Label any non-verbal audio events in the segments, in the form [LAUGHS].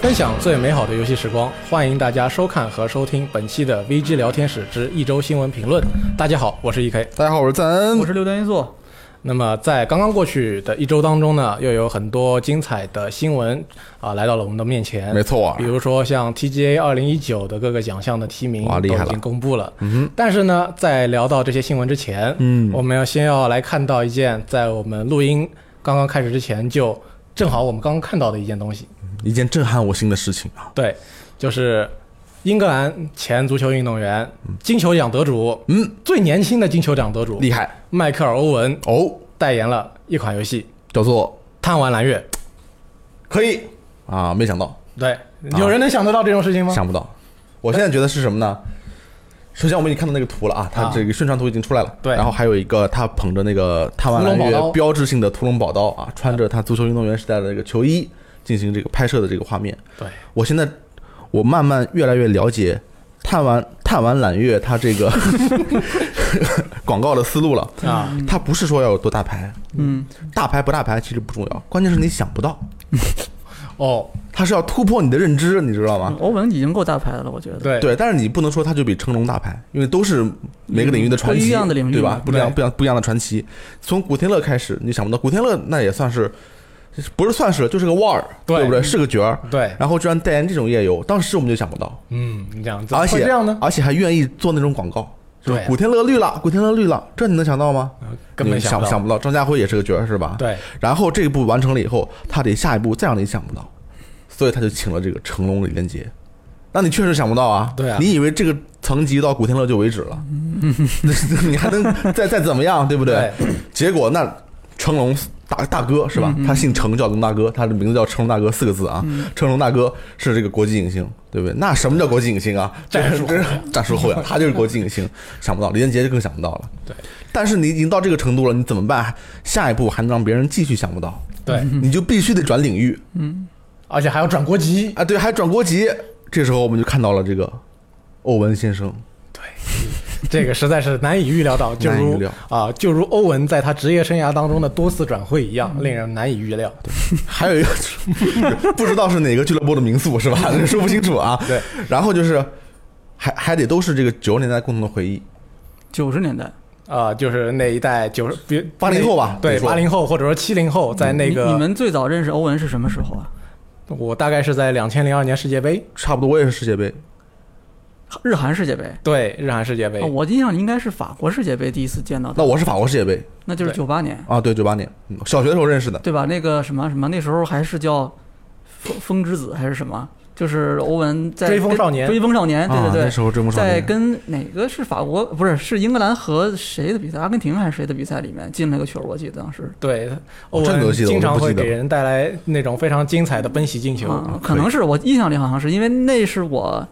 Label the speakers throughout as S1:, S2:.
S1: 分享最美好的游戏时光，欢迎大家收看和收听本期的 VG 聊天室之一周新闻评论。大家好，我是 EK。
S2: 大家好，我是赞
S3: 我
S2: 恩。
S3: 是六段因素，
S1: 那么在刚刚过去的一周当中呢，又有很多精彩的新闻啊、来到了我们的面前。
S2: 没错啊
S1: 比，如说像 TGA 二零一九的各个奖项的提名啊
S2: 哇
S1: 都
S2: 厉害了
S1: 已经公布了，
S2: 嗯
S1: 但是呢，在聊到这些新闻之前，嗯，我们要先要来看到一件在我们录音刚刚开始之前就正好我们刚刚看到的一件东西，
S2: 一件震撼我心的事情啊，
S1: 对，就是英格兰前足球运动员、金球奖得主，
S2: 嗯，
S1: 最年轻的金球奖得主
S2: 厉害
S1: 迈克尔·欧文
S2: 哦，
S1: 代言了一款游戏
S2: 叫做
S1: 《贪玩蓝月
S2: 可以啊，没想到，》。
S1: 对，有人能想得到这种事情吗？
S2: 想不到。我现在觉得是什么呢？首先我们已经看到那个图了啊，它
S1: 啊
S2: 这个宣传图已经出来了，
S1: 对
S2: 然后还有一个他捧着那个贪玩蓝
S1: 屠龙宝刀
S2: 月标志性的屠龙宝刀啊，穿着他足球运动员时代的那个球衣进行这个拍摄的这个画面。
S1: 对，
S2: 我现在我慢慢越来越了解探完探完揽月它这个 [LAUGHS] 广告的思路了。
S1: 啊，
S2: 它不是说要有多大牌，
S3: 嗯，
S2: 大牌不大牌其实不重要，关键是你想不到，
S1: 哦，
S2: 它是要突破你的认知，你知道
S1: 嗯
S2: 吗？
S3: 欧文已经够大牌的了，我觉得。
S1: 对，
S2: 对，但是你不能说它就比成龙大牌，因为都是每个领域的传奇，
S3: 不一样的领域
S2: 对
S3: 嘛
S2: 吧？不一样
S1: 嗯对
S2: 不一样不一样的传奇。从古天乐开始，你想不到古天乐那也算是，不是算是就是个腕儿，
S1: 对
S2: 不对？是个角儿，
S1: 对，
S2: 然后居然代言这种夜游，当时我们就想不到。
S1: 嗯，你讲怎么
S2: 而
S1: 会
S2: 且
S1: 这样呢？
S2: 而且还愿意做那种广告，就是
S1: 对啊
S2: 古天乐绿了，古天乐绿了，这你能想到吗？
S1: 根本
S2: 你想
S1: 不到。
S2: 想不到，张家辉也是个角儿是吧？。
S1: 对，
S2: 然后这一步完成了以后，他得下一步再让你想不到，所以他就请了这个成龙、李连杰。那你确实想不到啊！
S1: 对啊
S2: 你以为这个层级到古天乐就为止了， [LAUGHS] 你还能再再怎么样，对不对？
S1: 对
S2: 结果那成龙大大哥是吧？
S1: 嗯
S2: 他姓成叫龙大哥，他的名字叫成龙大哥四个字啊。成龙大哥是这个国际影星，对不对？那什么叫国际影星啊？
S1: [LAUGHS] 战术
S2: 这是战术
S1: [LAUGHS]
S2: 后仰，他就是国际影星。想不到李连杰就更想不到了。
S1: 对，
S2: 但是你已经到这个程度了，你怎么办？下一步还能让别人继续想不到，
S1: 对，
S2: 你就必须得转领域
S1: 而且还要转国
S2: [LAUGHS]
S1: 籍，
S2: 啊！对，还转国籍。这时候我们就看到了这个欧文先生，
S1: 这个实在是难以预料到，就
S2: 难以预
S1: 如
S2: 料
S1: 啊，就如欧文在他职业生涯当中的多次转会一
S2: 嗯
S1: 样，令人难以预料。
S2: 还有一个不知道是哪个俱乐部的民宿是吧？ [LAUGHS] 说不清楚啊。
S1: 对，
S2: 然后就是还还得都是这个九十年代共同的回忆，
S3: 九十年代，
S1: 啊，就是那一代九十，比
S2: 80后吧
S1: 对，
S2: 你说嗯
S1: 八零后或者说七零后，在那
S3: 你你
S1: 个，
S3: 们最早认识欧文是什么时候啊？
S1: 我大概是在两千零二年世界杯，
S2: 差不多我也是世界杯，
S3: 日韩世界杯。
S1: 对，日韩世界杯
S2: 哦
S3: 啊，我印象应该是法国世界杯第一次见到他，
S2: 那我是法国世界杯
S3: 那就是
S1: 对
S3: 九八年，
S2: 啊，对，九八年，嗯小学的时候认识的，
S3: 对吧？那个什么什么，那时候还是叫风风之子还是什么？就是欧文在
S1: 追风少年
S3: 追风少年，哎对
S2: 啊
S3: 对对，
S2: 那时候追梦少
S3: 在
S2: 年，
S3: 跟哪个是法国不是是英格兰和谁的比赛？阿根廷还是谁的比赛里面进了个球？我记得当时
S1: 对，
S2: 哦
S1: 欧
S2: 这个
S1: 文
S2: 我记得
S1: 经常
S2: 我都不
S1: 会
S2: 记得嗯
S1: 给人带来那种非常精彩的奔袭进球。
S3: 啊，可能是我印象里好像是因为那是我，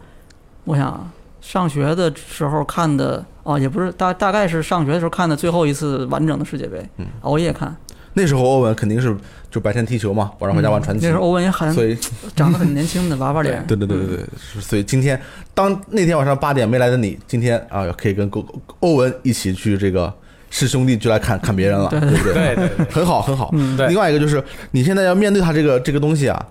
S3: 我想上学的时候看的哦，也不是大大概是上学的时候看的最后一次完整的世界杯，
S2: 嗯
S3: 熬夜看。
S2: 那时候欧文肯定是就白天踢球嘛，晚上回家玩传奇
S3: 嗯那时，候欧文也很
S2: 所以
S3: 长得很年轻的娃娃脸，
S2: 对对对对对，是所以今天当那天晚上八点没来的你，今天啊可以跟欧欧文一起去这个是兄弟就来看看别人了，
S3: 对
S2: [LAUGHS] 对不
S1: 对
S2: 对？
S1: 对
S2: 很好很好。
S3: 嗯，
S1: 对
S2: 另外一个就是你现在要面对他这个这个东西啊，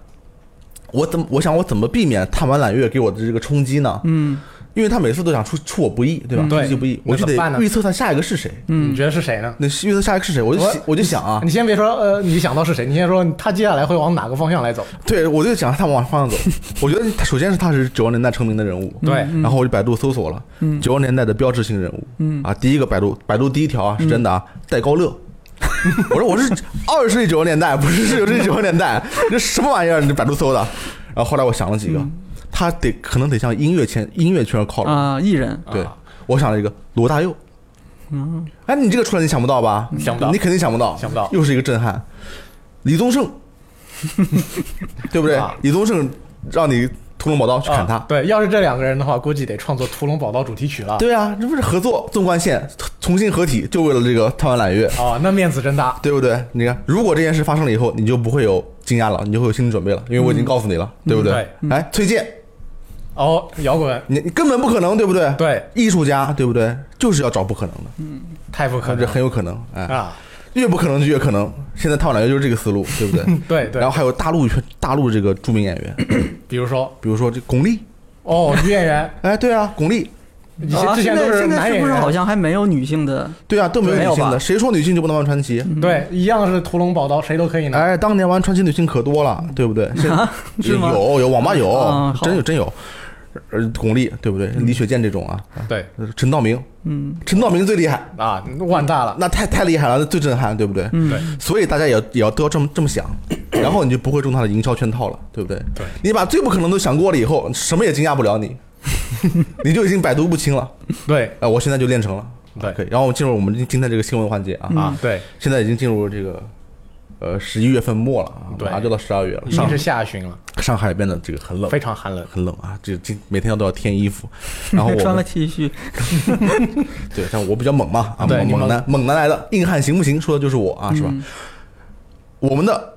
S2: 我怎么我想我怎么避免贪玩揽月给我的这个冲击呢？
S3: 嗯
S2: 因为他每次都想出出我不意，对吧？
S1: 对
S2: 出其不意，
S1: 那
S2: 我就
S1: 怎么
S2: 得
S1: 办呢
S2: 预测他下一个是谁。
S1: 对，你
S3: 嗯，
S1: 觉得是谁呢？
S2: 那预测下一个是谁，我就
S1: 我
S2: 想我就想啊，
S1: 你先别说，呃，你想到是谁，你先说他接下来会往哪个方向来走？
S2: 对我就想他往方向走。我觉得他首先是他是九十年代成名的人物，
S1: 对
S3: 嗯
S2: 然后我就百度搜索了
S3: 嗯
S2: 九十年代的标志性人物，
S3: 嗯
S2: 啊，第一个百度百度第一条啊是真的啊，戴高乐。 [LAUGHS] 我说我是二十世纪九十年代，不是是这九十年
S3: [LAUGHS]
S2: 代，这什么玩意儿？你百度搜的？然后后来我想了几个，他得可能得向音乐圈音乐圈靠拢。
S3: 嗯啊，艺人
S2: 对
S1: 啊，
S2: 我想了一个罗大佑。
S3: 嗯
S2: 哎，你这个出来你想不到吧？
S1: 嗯想不到
S2: 你肯定想不到，
S1: 想不到
S2: 又是一个震撼。李
S1: [LAUGHS]
S2: 宗盛，对不对
S1: 啊？
S2: 李宗盛让你屠龙宝刀去砍他
S1: 啊，对，要是这两个人的话，估计得创作《屠龙宝刀》主题曲了。
S2: 对啊，这不是合作纵贯线重新合体，就为了这个贪玩揽月，
S1: 啊，那面子真大。
S2: 对不对？你看，如果这件事发生了以后，你就不会有惊讶了，你就会有心理准备了，因为我已经告诉你了，对不对？
S1: 对
S2: 哎，崔健，
S1: 哦，摇滚，
S2: 你你根本不可能，对不对？，
S1: 对，
S2: 艺术家，对不对？就是要找不可能的，
S1: 太不可
S2: 这
S1: 能
S2: 很有可能，哎，
S1: 啊！
S2: 越不可能就越可能。现在贪玩揽月就是这个思路，对不对？
S1: 对对
S2: 然后还有大陆圈，大陆这个著名演员，
S1: 比如说，
S2: 比如说这巩俐，
S1: 哦，女演员，
S2: 哎，对啊，巩俐，
S1: 以前
S3: 啊
S1: 之前
S3: 现
S1: 都
S3: 在现
S1: 男
S3: 在是
S1: 演
S3: 不是好
S1: 员，
S3: 像还没有女性的？
S2: 对啊，都没有
S3: 没有
S2: 女性
S3: 吧
S2: 的，谁说女性就不能玩传奇？
S1: 对，一样是屠龙宝刀，谁都可以拿。
S2: 哎，当年玩传奇女性可多了，对不
S3: [LAUGHS]
S2: 对？是
S3: 嗯是吗
S2: 有有网吧有
S3: 啊，好
S2: 真有真有。呃，巩俐对不对？李雪健这种啊，
S1: 对
S2: 呃陈道明，
S3: 嗯
S2: 陈道明最厉害，
S1: 啊，万大了，
S2: 那太太厉害了，那最震撼，对不对？
S3: 嗯，
S1: 对
S2: 所以大家也要也要都要这么这
S3: [COUGHS]
S2: 么想，然后你就不会中他的营销圈套了，对不对？
S1: 对
S2: 你把最不可能都想过了以后，什么也惊讶不了
S3: [LAUGHS]
S2: 你，你就已经百毒不侵了。
S1: 对
S2: 啊，我现在就练成了，
S1: 对
S2: 可以。然后我进入我们今今天这个新闻环节啊，
S3: 嗯
S1: 啊，对，
S2: 现在已经进入这个呃十一月份末了啊，
S1: 对
S2: 马上就到十二月了。
S1: 已经
S2: 上
S1: 是下旬了，
S2: 上海变得这个很冷
S1: 非，常寒冷。
S2: 很冷啊，这这每天都要添衣服。 [LAUGHS] 然后我
S3: 穿个
S2: 们
S3: T 恤，
S2: 对，但我比较猛嘛啊，
S1: 对
S2: 猛
S1: 你
S2: 猛
S1: 猛
S2: 男猛男来的，硬汉行不行？说的就是我啊，是吧？
S3: 嗯
S2: 我们的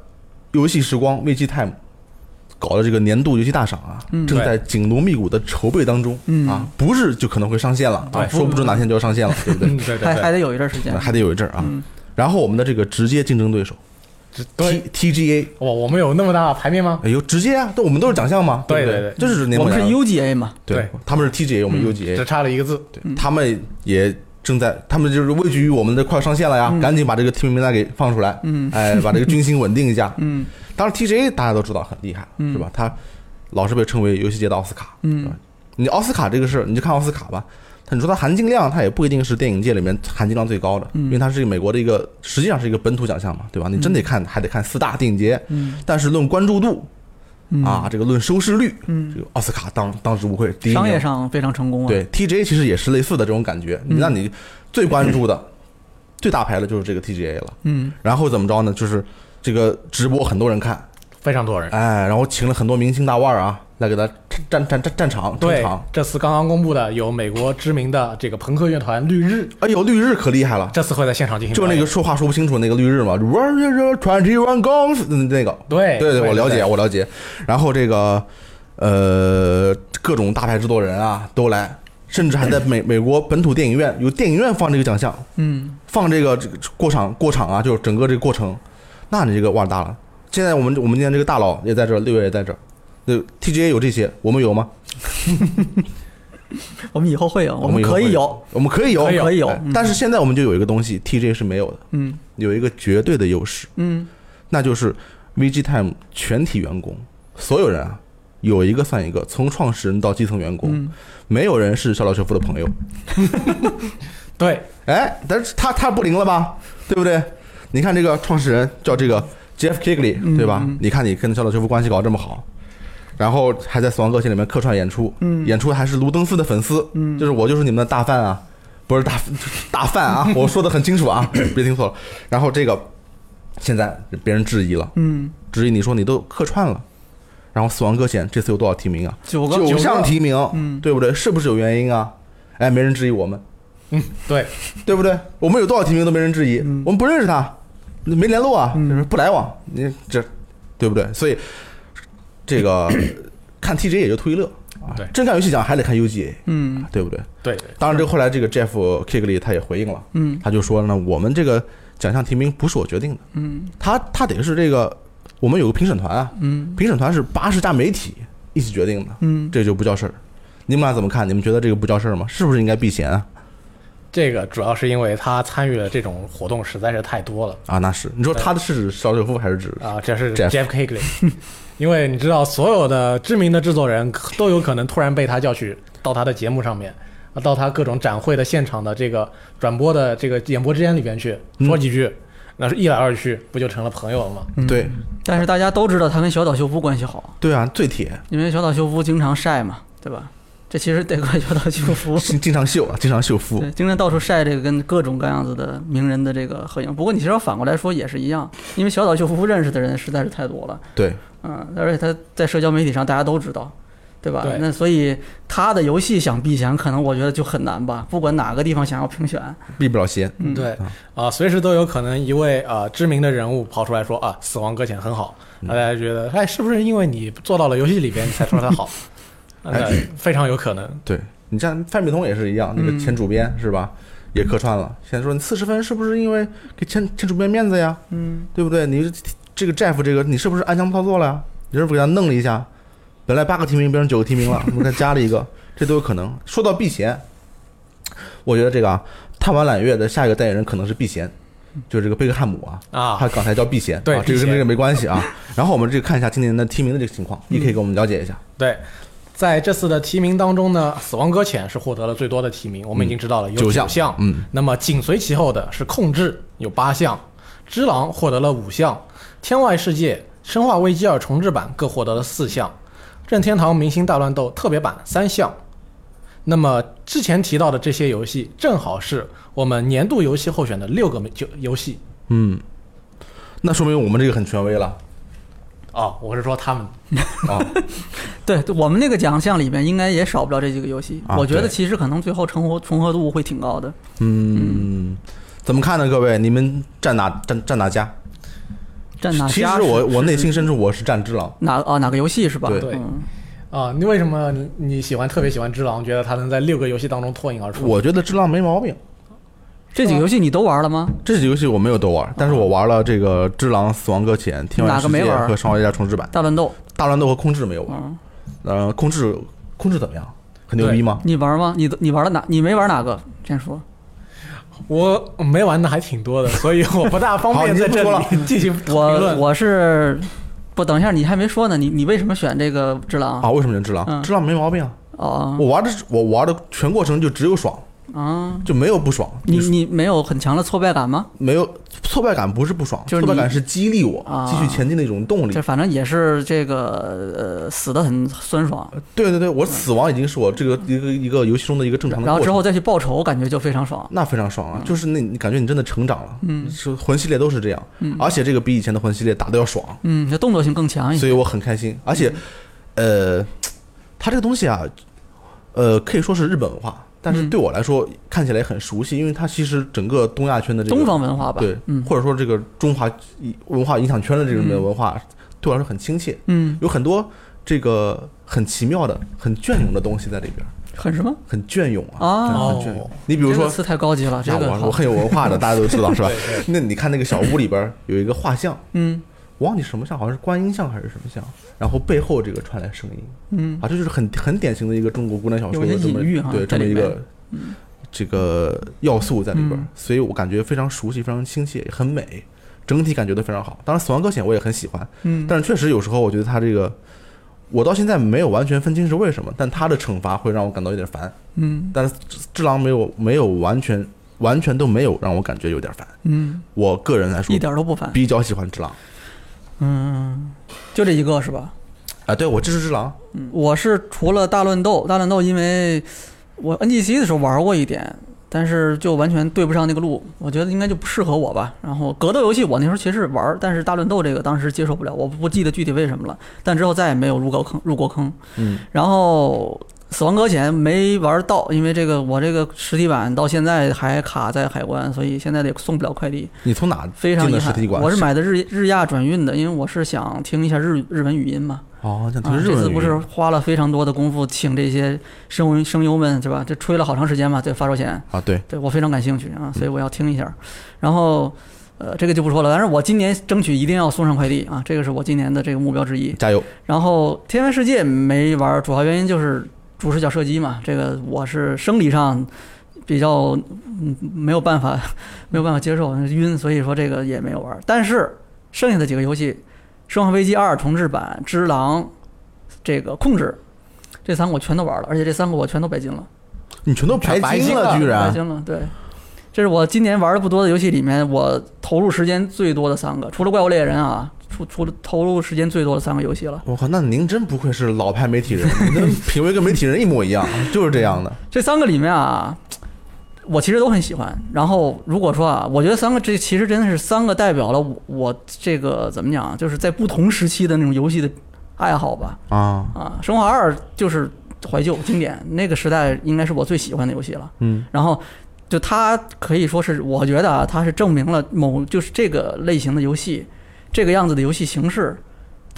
S2: 游戏时光 VG Time 搞的这个年度游戏大赏啊，
S3: 嗯
S2: 正在紧锣密鼓的筹备当中、
S3: 嗯
S2: 啊，不是就可能会上线了
S1: 对
S2: 啊，说不准哪天就要上线了，对不对
S1: [LAUGHS] 嗯，？对对
S3: 还还
S1: 对，
S3: 得有一段时间。
S2: 还得有一阵儿啊。
S3: 嗯
S2: 然后我们的这个直接竞争对手
S1: 只
S2: T
S1: 对，
S2: TGA，
S1: 我我们有那么大排面吗？
S2: 哎呦，直接啊，都我们都是奖项嘛，
S1: 对
S2: 不对
S1: 对对
S2: 就是联
S3: 我
S2: 盟
S3: 们是
S2: 奖
S3: UGA 嘛？
S2: 对
S1: 对，
S2: 他们是 TGA，我们
S3: 嗯
S1: 只
S2: UGA，
S1: 差了一个字。
S2: 对他们也正在，他们就是畏惧于我们的快要上线了呀，
S3: 嗯
S2: 赶紧把这个提名名单给放出来，
S3: 嗯 [LAUGHS]
S2: 哎，把这个军心稳定一下。
S3: 嗯
S2: 当然 TGA 大家都知道很厉害，
S3: 嗯
S2: 是吧？他老是被称为游戏界的奥斯卡。
S3: 嗯
S2: 你奥斯卡这个事儿，你就看奥斯卡吧。它你说它含金量，它也不一定是电影界里面含金量最高的，
S3: 嗯
S2: 因为它是美国的一个，实际上是一个本土奖项嘛，对吧？你真得看，还得看四大电影节。
S3: 嗯
S2: 但是论关注度
S3: 嗯
S2: 啊，，这个论收视率，
S3: 嗯
S2: 这，个奥斯卡当当之无愧第一
S3: 商
S2: 名
S3: 业上非常成功啊。
S2: 对 TGA 其实也是类似的这种感觉，你
S3: 嗯
S2: 让你最关注的、 [CLEARS THROAT] 最大牌的就是这个 TGA 了。
S3: 嗯，
S2: 然后怎么着呢？就是这个直播很多人看，
S1: 非常多人。
S2: 哎，然后请了很多明星大腕儿啊来给他站站站站场撑
S1: 对
S2: 场。，
S1: 这次刚刚公布的有美国知名的这个朋克乐团绿日，
S2: 哎呦，绿日可厉害了，
S1: 这次会在现场进行
S2: 就
S1: 表
S2: 那
S1: 演。
S2: 个说话说不清楚那个绿日嘛，Twenty One Guns 嗯那个，
S1: 对
S2: 对对，我了解，我了解。然后这个呃，各种大牌制作人啊都来，甚至还在美美国本土电影院有电影院放这个奖项，
S3: 嗯
S2: 放这个这个过场过场啊，就是整个这个过程，那你这个腕儿大了。现在我们我们今天这个大佬也在这儿，六月也在这儿，那 TGA 有这些，我们有吗？，
S3: 我们以后会有，我
S2: 们
S3: 们可以
S2: 以
S3: 有，，
S2: 我们可以有，
S1: 可以有
S3: 可以有
S2: 哎
S3: 嗯
S2: 但是现在我们就有一个东西，TGA 是没有的，
S3: 嗯
S2: 有一个绝对的优势，
S3: 嗯
S2: 那就是 VG Time 全体员工，所有人啊，有一个算一个，从创始人到基层员工，
S3: 嗯
S2: 没有人是小老学夫的朋友。
S1: 对
S2: 哎，但是他他不灵了吧，对不对？你看这个创始人叫这个 Jeff Kigley，
S3: 嗯
S2: 对吧？
S3: 嗯
S2: 你看你跟小岛秀夫关系搞得这么好，然后还在《死亡搁浅》里面客串演出，
S3: 嗯
S2: 演出还是卢登斯的粉丝，
S3: 嗯
S2: 就是我就是你们的大fan 啊，不是大 [LAUGHS] 大 fan
S3: [LAUGHS]
S2: 啊，我说的很清楚啊，别听错了。然后这个现在别人质疑了，
S3: 嗯，
S2: 质疑你说你都客串了，然后《死亡搁浅》这次有多少提名啊？
S3: 九个
S2: 九项提名，
S3: 嗯
S2: 对不对？是不是有原因啊？哎，没人质疑我们。
S1: 对，
S2: 对不对？我们有多少提名都没人质疑，
S3: 嗯
S2: 我们不认识他，没联络啊，
S3: 嗯
S2: 就是不来往，你这对不对？所以这
S3: [COUGHS]
S2: 个看 TJ 也就图一乐啊
S1: 对，
S2: 真看游戏奖还得看 UGA，
S3: 嗯
S2: 对不对？
S1: 对对
S2: 当然，这个后来这个 Jeff Kigley 他也回应了，
S3: 嗯
S2: 他就说呢，我们这个奖项提名不是我决定的，
S3: 嗯
S2: 他他得是这个我们有个评审团啊，
S3: 嗯
S2: 评审团是八十家媒体一起决定的，
S3: 嗯，
S2: 这就不叫事儿。你们俩怎么看？你们觉得这个不叫事儿吗？是不是应该避嫌啊？
S1: 这个主要是因为他参与了这种活动实在是太多了
S2: 啊，那是你说他的是指邵雪夫还是指
S1: 啊，这是
S2: Jeff
S1: Jeff Kigley，因 [LAUGHS] 为你知道所有的知名的制作人可都有可能突然被他叫去到他的节目上面。啊到他各种展会的现场的这个转播的这个演播之间里边去说几句，那是一来二去不就成了朋友了吗？
S3: 嗯
S2: 对，
S3: 但是大家都知道他跟小岛秀夫关系好，
S2: 对啊，最
S3: [LAUGHS]
S2: 铁，。
S3: 因为小岛秀夫经常晒嘛，对吧？这其实得怪小岛秀
S2: [LAUGHS]
S3: 夫
S2: 经经常秀啊，经常秀夫
S3: 对，。经常到处晒这个跟各种各样子的名人的这个合影。不过你其实要反过来说也是一样，因为小岛秀夫认识的人实在是太多了，
S2: 对，
S3: 嗯，而且他在社交媒体上大家都知道，对吧？
S1: 对
S3: 那所以他的游戏想避嫌，可能我觉得就很难吧。不管哪个地方想要评选，
S2: 避不了嫌。
S3: 嗯
S1: 对，啊、随时都有可能一位啊、知名的人物跑出来说啊，《死亡搁浅》很好，那大家觉得，哎，是不是因为你做到了游戏里边，你才说它好？啊那非常有可能。
S2: 对你像范晓彤也是一样，那个
S3: 嗯
S2: 前主编是吧，也客串了。现在说你四十分是不是因为给前前主编面子呀？
S3: 嗯
S2: 对不对？你这个 Jeff 这个你是不是暗箱操作了呀？你是不是给他弄了一下？本来八个提名变成九个提名了，我再加了一个，这都有可能。说到避嫌，我觉得这个啊，探完揽月的下一个代言人可能是避嫌，就是这个贝克汉姆啊，
S1: 啊
S2: 他刚才叫避嫌，
S1: 对
S2: 啊这个
S1: 避
S2: 跟
S1: 嫌
S2: 这个没关系啊。然后我们这个看一下今年的提名的这个情况，你可以给我们了解一下。
S1: 对，在这次的提名当中呢，《死亡搁浅》是获得了最多的提名，我们已经知道了有
S2: 九项
S1: 项。
S2: 嗯，
S1: 那么紧随其后的是《控制》有八项，《只狼》获得了五项，《天外世界》《生化危机二重置版》各获得了四项，《任天堂明星大乱斗特别版》三项。那么之前提到的这些游戏，正好是我们年度游戏候选的六个游游戏
S2: 嗯，那说明我们这个很权威了
S1: 哦，我是说他们
S2: 啊。
S3: 对我们那个奖项里面应该也少不了这几个游戏。
S2: 啊
S3: 我觉得
S2: 对
S3: 其实可能最后重合重合度会挺高的。
S2: 嗯，怎么看呢？各位，你们站哪站站哪家？
S3: 占哪
S2: 其
S3: 家
S2: 实
S3: 是？
S2: 我我内心深处我是站只狼，
S3: 哪啊哪个游戏是吧？
S2: 对
S3: 嗯
S1: 啊，你为什么你你喜欢特别喜欢《只狼》，觉得它能在六个游戏当中脱颖而出？
S2: 我觉得只狼没毛病。
S3: 这几个游戏你都玩了吗？
S2: 这几个游戏我没有都玩，但是我玩了这个《只狼》《死亡搁浅》《天外
S3: 哪
S2: 世
S3: 个没
S2: 界》
S3: 玩
S2: 和《生化危机二重置版》，
S3: 大乱斗，
S2: 大乱斗和控制没有玩。
S3: 嗯，
S2: 呃，控制控制怎么样？很牛逼吗？
S3: 你玩吗？你你玩了哪？你没玩哪个？先说，
S1: 我没玩的还挺多的，所以我不大方
S2: 好
S1: 便
S2: 您
S1: 在这
S2: 说
S1: 里进行评
S3: 我
S1: 论。
S3: 我是不，等一下你还没说呢，你你为什么选这个只狼？
S2: 啊，为什么叫只狼？
S3: 嗯
S2: 只狼没毛病啊。
S3: 哦
S2: 我玩的我玩的全过程就只有爽，
S3: 啊，
S2: 就没有不爽。
S3: 你你没有很强的挫败感吗？
S2: 没有挫败感不是不爽，
S3: 就是
S2: 挫
S3: 你
S2: 败感是激励我
S3: 啊
S2: 继续前进的一种动力
S3: 这。反正也是这个呃死的很酸爽，
S2: 对对对，我死亡已经是我这个一个一个游戏中的一个正常的
S3: 然后嗯
S2: 过
S3: 之
S2: 程。
S3: 后再去报仇，感觉就非常爽。
S2: 那非常爽啊！就是那，你感觉你真的成长了，嗯，是魂系列都是这样，
S3: 嗯
S2: 而且这个比以前的魂系列打的要爽，
S3: 嗯，这动作性更强一些。
S2: 所以我很开心。而且，
S3: 嗯
S2: 呃，它这个东西啊，呃，可以说是日本文化，但
S3: 嗯
S2: 是对我来说看起来很熟悉，因为它其实整个东亚圈的这个
S3: 东方文化吧，
S2: 对，
S3: 嗯
S2: 或者说这个中华文化影响圈的这种的文化，对我来说很亲切，
S3: 嗯，
S2: 有很多这个很奇妙的、很隽永的东西在里边，
S3: 很什么？
S2: 很隽永啊，
S3: 哦
S2: 很隽永。你比如
S3: 这
S2: 说
S3: 个，词太高级了，这
S2: 那
S3: 个
S2: 我
S3: 好
S2: 我，很有文化的，大家都知道是
S3: [LAUGHS]
S2: 吧
S1: 对？对
S2: 那你看那个小屋里边有一个画像，
S3: 嗯
S2: 我忘记什么像，好像是观音像还是什么像，然后背后这个传来声音，
S3: 嗯
S2: 啊，这就是很很典型的一个中国古典小说
S3: 有
S2: 的
S3: 些
S2: 这么
S3: 隐喻哈
S2: 对这
S3: 在
S2: 么
S3: 里
S2: 一
S3: 面
S2: 个这个要素在里边儿
S3: 嗯，
S2: 所以我感觉非常熟悉，非常亲切，也很美，整体感觉都非常好。当然，《死亡搁浅》我也很喜欢，
S3: 嗯，
S2: 但是确实有时候我觉得他这个。我到现在没有完全分清是为什么，但他的惩罚会让我感到有点烦。
S3: 嗯
S2: 但是《只狼》没有没有完全完全都没有让我感觉有点烦。
S3: 嗯，
S2: 我个人来说
S3: 一，点都不烦。
S2: 比较喜欢《只狼》
S3: 嗯，就这一个是吧？
S2: 啊，对我支持《只狼》，
S3: 嗯，我是除了大乱斗，大乱斗因为我 NGC 的时候玩过一点，但是就完全对不上那个路，我觉得应该就不适合我吧。然后格斗游戏我那时候其实玩，但是大乱斗这个当时接受不了，我不记得具体为什么了。但之后再也没有入过坑，入过坑。
S2: 嗯，
S3: 然后死亡搁浅没玩到，因为这个我这个实体版到现在还卡在海关，所以现在也送不了快递。
S2: 你从哪
S3: 非常
S2: 进
S3: 遗
S2: 的实
S3: 憾
S2: 体，馆？
S3: 我是买的日日亚转运的，因为我是想听一下日日文语音嘛。
S2: 哦，想听
S3: 啊，
S2: 日
S3: 这次
S2: 文
S3: 不
S2: 语
S3: 是花了非常多的功夫请这些声优声优们，对吧？这吹了好长时间嘛，对发烧险，
S2: 啊，对，
S3: 对我非常感兴趣啊，所以我要听一下。然后，呃，这个就不说了，但是我今年争取一定要送上快递啊，这个是我今年的这个目标之一。
S2: 加油！
S3: 然后《天外世界》没玩儿，主要原因就是主视角射击嘛，这个我是生理上比较嗯没有办法没有办法接受嗯晕，所以说这个也没有玩儿。但是剩下的几个游戏，《生化危机二》重置版、《只狼》、这个控制。这三个我全都玩了，而且这三个我全都白金了，
S2: 你全都白
S1: 白
S2: 金
S1: 金
S2: 了，
S1: 了
S2: 居
S3: 白
S2: 然
S3: 金了。对，这是我今年玩的不多的游戏里面，我投入时间最多的三个，除了《怪物猎人》啊，除除了投入时间最多的三个游戏了。
S2: 我靠，那您真不愧是老牌媒 [LAUGHS] 体人，你的品味跟媒体人一模一样，就是这样的。
S3: 这三个里面啊，我其实都很喜欢。然后如果说啊，我觉得三个这其实真的是三个代表了我我这个怎么讲啊，就是在不同时期的那种游戏的爱好吧。
S2: 啊，
S3: 啊，《生化二》就是怀旧经典，那个时代应该是我最喜欢的游戏了。
S2: 嗯，
S3: 然后就它可以说是，我觉得啊，它是证明了某就是这个类型的游戏，这个样子的游戏形式。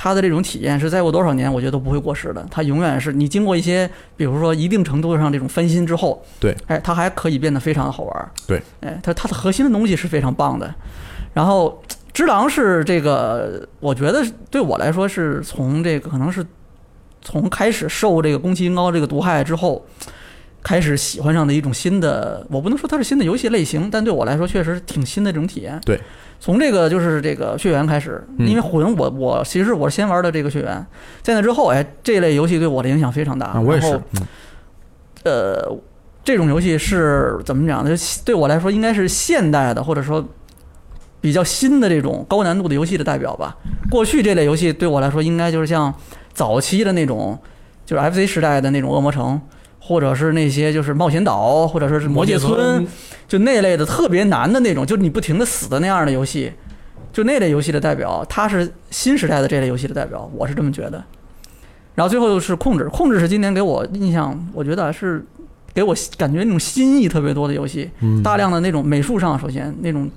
S3: 它的这种体验是再过多少年，我觉得都不会过时的。它永远是你经过一些，比如说一定程度上这种翻新之后，
S2: 对，
S3: 哎，它还可以变得非常的好玩儿。
S2: 对，
S3: 哎，它它的核心的东西是非常棒的。然后，只狼是这个，我觉得是对我来说是从这个可能是从开始受这个宫崎英高这个毒害之后，开始喜欢上的一种新的，我不能说它是新的游戏类型，但对我来说确实挺新的这种体验。
S2: 对，
S3: 从这个就是这个血缘开始，
S2: 嗯
S3: 因为魂我我其实我是先玩的这个血缘，在那之后，哎，这类游戏对我的影响非常大。
S2: 啊，我也
S3: 然
S2: 是
S3: 后，呃，这种游戏是怎么讲呢？就是对我来说，应该是现代的，或者说比较新的这种高难度的游戏的代表吧。过去这类游戏对我来说，应该就是像早期的那种，就是 FC 时代的那种《恶魔城》，或者是那些就是冒险岛，或者说是魔界村，就那类的特别难的那种，就是你不停的死的那样的游戏，就那类游戏的代表，它是新时代的这类游戏的代表，我是这么觉得。然后最后是控制，控制是今年给我印象，我觉得是给我感觉那种新意特别多的游戏，
S2: 嗯
S3: 大量的那种美术上，首先那种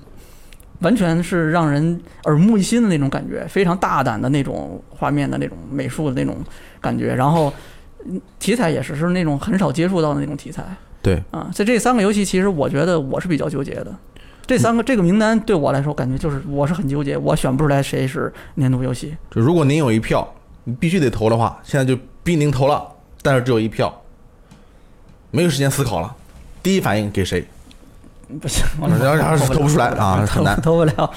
S3: 完全是让人耳目一新的那种感觉，非常大胆的那种画面的那种美术的那种感觉，然后嗯题材也是是那种很少接触到的那种题材
S2: 对，
S3: 啊。在这三个游戏，其实我觉得我是比较纠结的。这三个这个名单对我来说，感觉就是我是很纠结，我选不出来谁是年度游戏。
S2: 就如果您有一票，你必须得投的话，现在就逼您投了，但是只有一票，没有时间思考了，第一反应给谁？
S3: 嗯不行，
S2: [LAUGHS]
S3: 我
S2: 然后然后是投不出来 [LAUGHS] 啊，很难。
S3: [LAUGHS] 投不了。